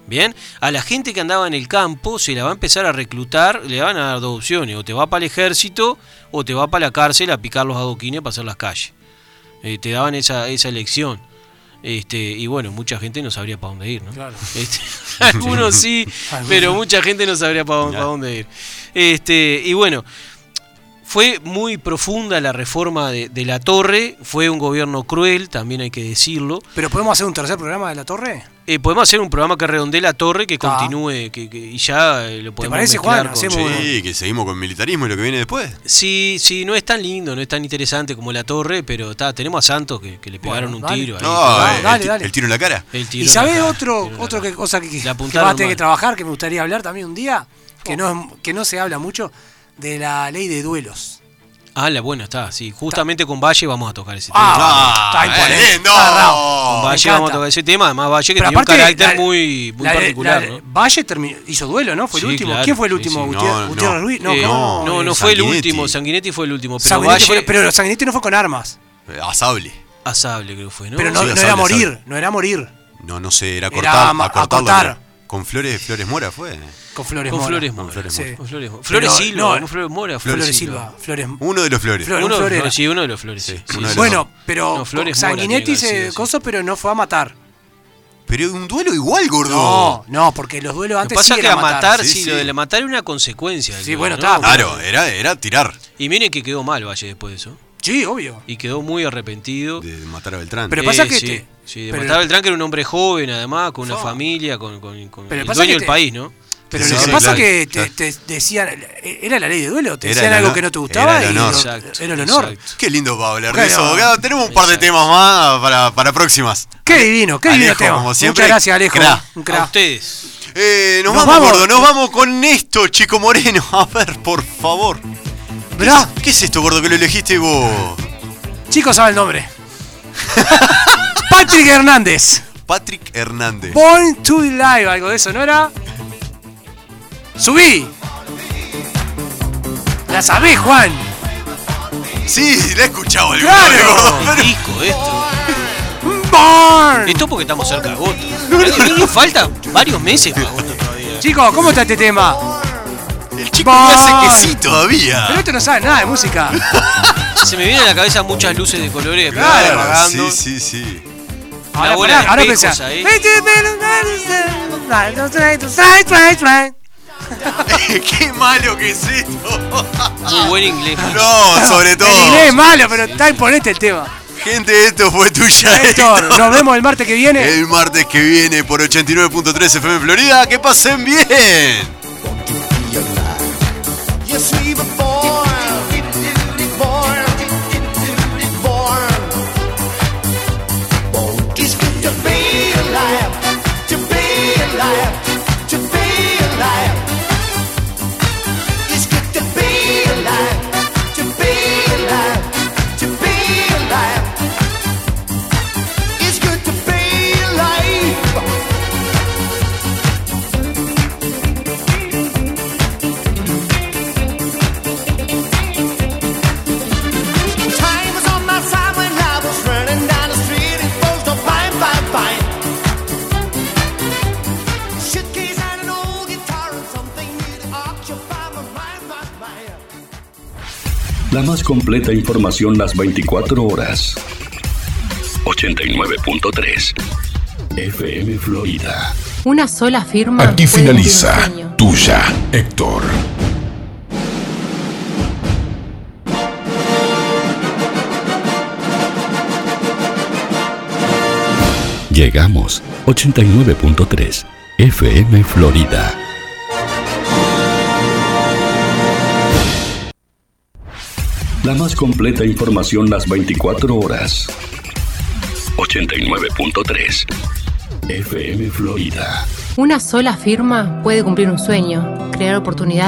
Bien, a la gente que andaba en el campo se la va a empezar a reclutar, le van a dar dos opciones, o te va para el ejército o te va para la cárcel a picar los adoquines para hacer las calles. Eh, te daban esa, esa elección. Este, y bueno, mucha gente no sabría para dónde ir, ¿no?
Claro.
Este, algunos sí, pero mucha gente no sabría para dónde,
Claro.
dónde ir. Este, y bueno, Fue muy profunda la reforma de, de la torre, fue un gobierno cruel, también hay que decirlo.
¿Pero podemos hacer un tercer programa de la torre?
Eh, podemos hacer un programa que redondee la torre, que
Ta.
continúe, que, que- y ya eh, lo podemos
parece, Juan?
mezclar con-
Hacemos-
Sí, que seguimos con militarismo y lo que viene después.
Sí, sí, no es tan lindo, no es tan interesante como la torre, pero está, tenemos a Santos que, que le
Bueno,
pegaron un
dale.
tiro ahí.
No,
Ah,
eh,
dale,
el, ti-
dale.
el tiro en la cara.
El tiro
¿Y
en la
sabés
cara,
otro,
tiro en la
otro que,
cara.
cosa que, que
La
vas
apuntaron
a tener que
mal.
trabajar, que me gustaría hablar también un día,
Oh.
que no, es- que no se habla mucho, de la ley de duelos?
Ah, la buena está, sí. Justamente con Valle vamos a tocar ese tema.
Ah,
Ah,
está imponente,
eh, no.
está
Con
bravo. Oh, Me
Valle vamos a
encanta.
tocar ese tema. Además, Valle que
Pero
tenía un
aparte,
carácter
la-
muy, muy
la-
particular.
la-
¿no?
Valle terminó- hizo duelo, ¿no? Fue el
Sí,
último.
claro,
¿Quién fue el
sí,
último?
sí,
Gutiérrez-
no, no.
Gutiérrez Ruiz. No,
Eh,
¿cómo?
no, no
eh,
fue el
Sanguinetti.
último. Sanguinetti fue el último. Pero
Sanguinetti
Valle.
fue- pero Sanguinetti no fue con armas.
Eh, A sable.
A sable, creo que fue, ¿no?
Pero no,
Sí,
no
sable,
era morir,
sable.
no era morir.
No, no sé, era
Era
cortar.
ma-
a cortarlo,
a cortar.
¿no? Con flores, flores mora fue.
Con Flores
Con
Mora.
Flores
Con
Mora.
Flores
Sí.
Mora.
Con Flores Mora.
Pero
Flores Silva.
no,
No, Flores Mora.
Flores, Silva. Flores
Uno de los flores.
Flores-
Uno,
un florero.
no, sí, uno de los Flores. Sí,
uno de los
Bueno,
dos.
pero
No, Flores Mora
Sanguinetti
tiene que haber
se
sido, sí.
coso, pero no fue a matar.
Pero un duelo igual, gordo.
No, no, porque los duelos
Lo que
antes
pasa
sí
es que
era
a matar,
sí,
sí, lo
sí.
de la matar era una consecuencia. del
Sí, bueno,
duelo, ¿no?
está.
Claro, era, era tirar
Y miren que quedó mal Valle después de eso.
Sí, obvio.
Y quedó muy arrepentido.
de matar a Beltrán.
Pero pasa que
Eh, Sí,
te-
sí, de
pero-
matar a Beltrán, que era un hombre joven, además, con una
Fa.
familia, con, con- con
Pero
el
pasa
dueño
que
del
te-
país, ¿no?
Pero
Sí,
lo
sí,
que
sí,
pasa
claro,
que te,
claro.
te decían, era la ley de duelo, te
Era
decían
el
algo
honor-
que no te gustaba
era el
y
honor.
lo- era el honor.
exacto.
Qué lindo para hablar de
Bueno.
eso. abogado. Tenemos un par de
Exacto.
temas más para, para próximas.
Qué divino, qué divino
Alejo,
tema.
como siempre,
Muchas gracias, Alejo.
cra.
Un
A
cra.
ustedes.
Eh, nos,
Nos
vamos,
vamos.
gordo. Nos vamos con esto, Chico Moreno. A ver, por favor.
Mirá,
¿Qué es esto, gordo, que lo elegiste vos?
chicos, sabe el nombre. Patrick Hernández.
Patrick Hernández.
Born to be live, algo de eso, ¿no era? ¡Subí! La sabés, Juan.
Sí, la he escuchado el
Claro.
gordo, gordo, pero-
Disco esto.
Born.
Esto porque estamos cerca de agosto. Nos falta varios meses para agosto todavía.
Chicos, ¿cómo está este tema?
El chico me
Bye.
hace que sí
Pero
todavía.
esto no sabe nada de música.
Se me vienen a la cabeza muchas luces de colores
Claro,
apagando.
sí, sí, sí.
Ahora,
La bola
pará,
de
ahora
espejos
pensá. Este
ahí.
eh,
Qué malo que es esto.
Muy buen inglés.
No, sobre
El inglés es
todo.
malo, pero está imponente el tema.
Gente, esto fue tuya.
Héctor,
Héctor.
nos vemos el martes que viene.
Este El martes que viene por 89.3 FM Florida. Que pasen bien.
Yes, we were born, born, born, born just to be alive, to be alive, to be alive. It's good to be alive, to be alive, to be alive. It's good to be alive. Time was on my side when I was running down the street and folks don't find, find, find. Suitcase and an old guitar and something new to occupy my mind, my mind.
La más completa información las 24 horas. 89.3 FM Florida.
Una sola firma.
Aquí
puede cumplir un
finaliza
sueño.
Tuya, Héctor.
Llegamos 89.3 FM Florida. La más completa información las 24 horas. 89.3 FM Florida.
Una sola firma puede cumplir un sueño, crear oportunidades.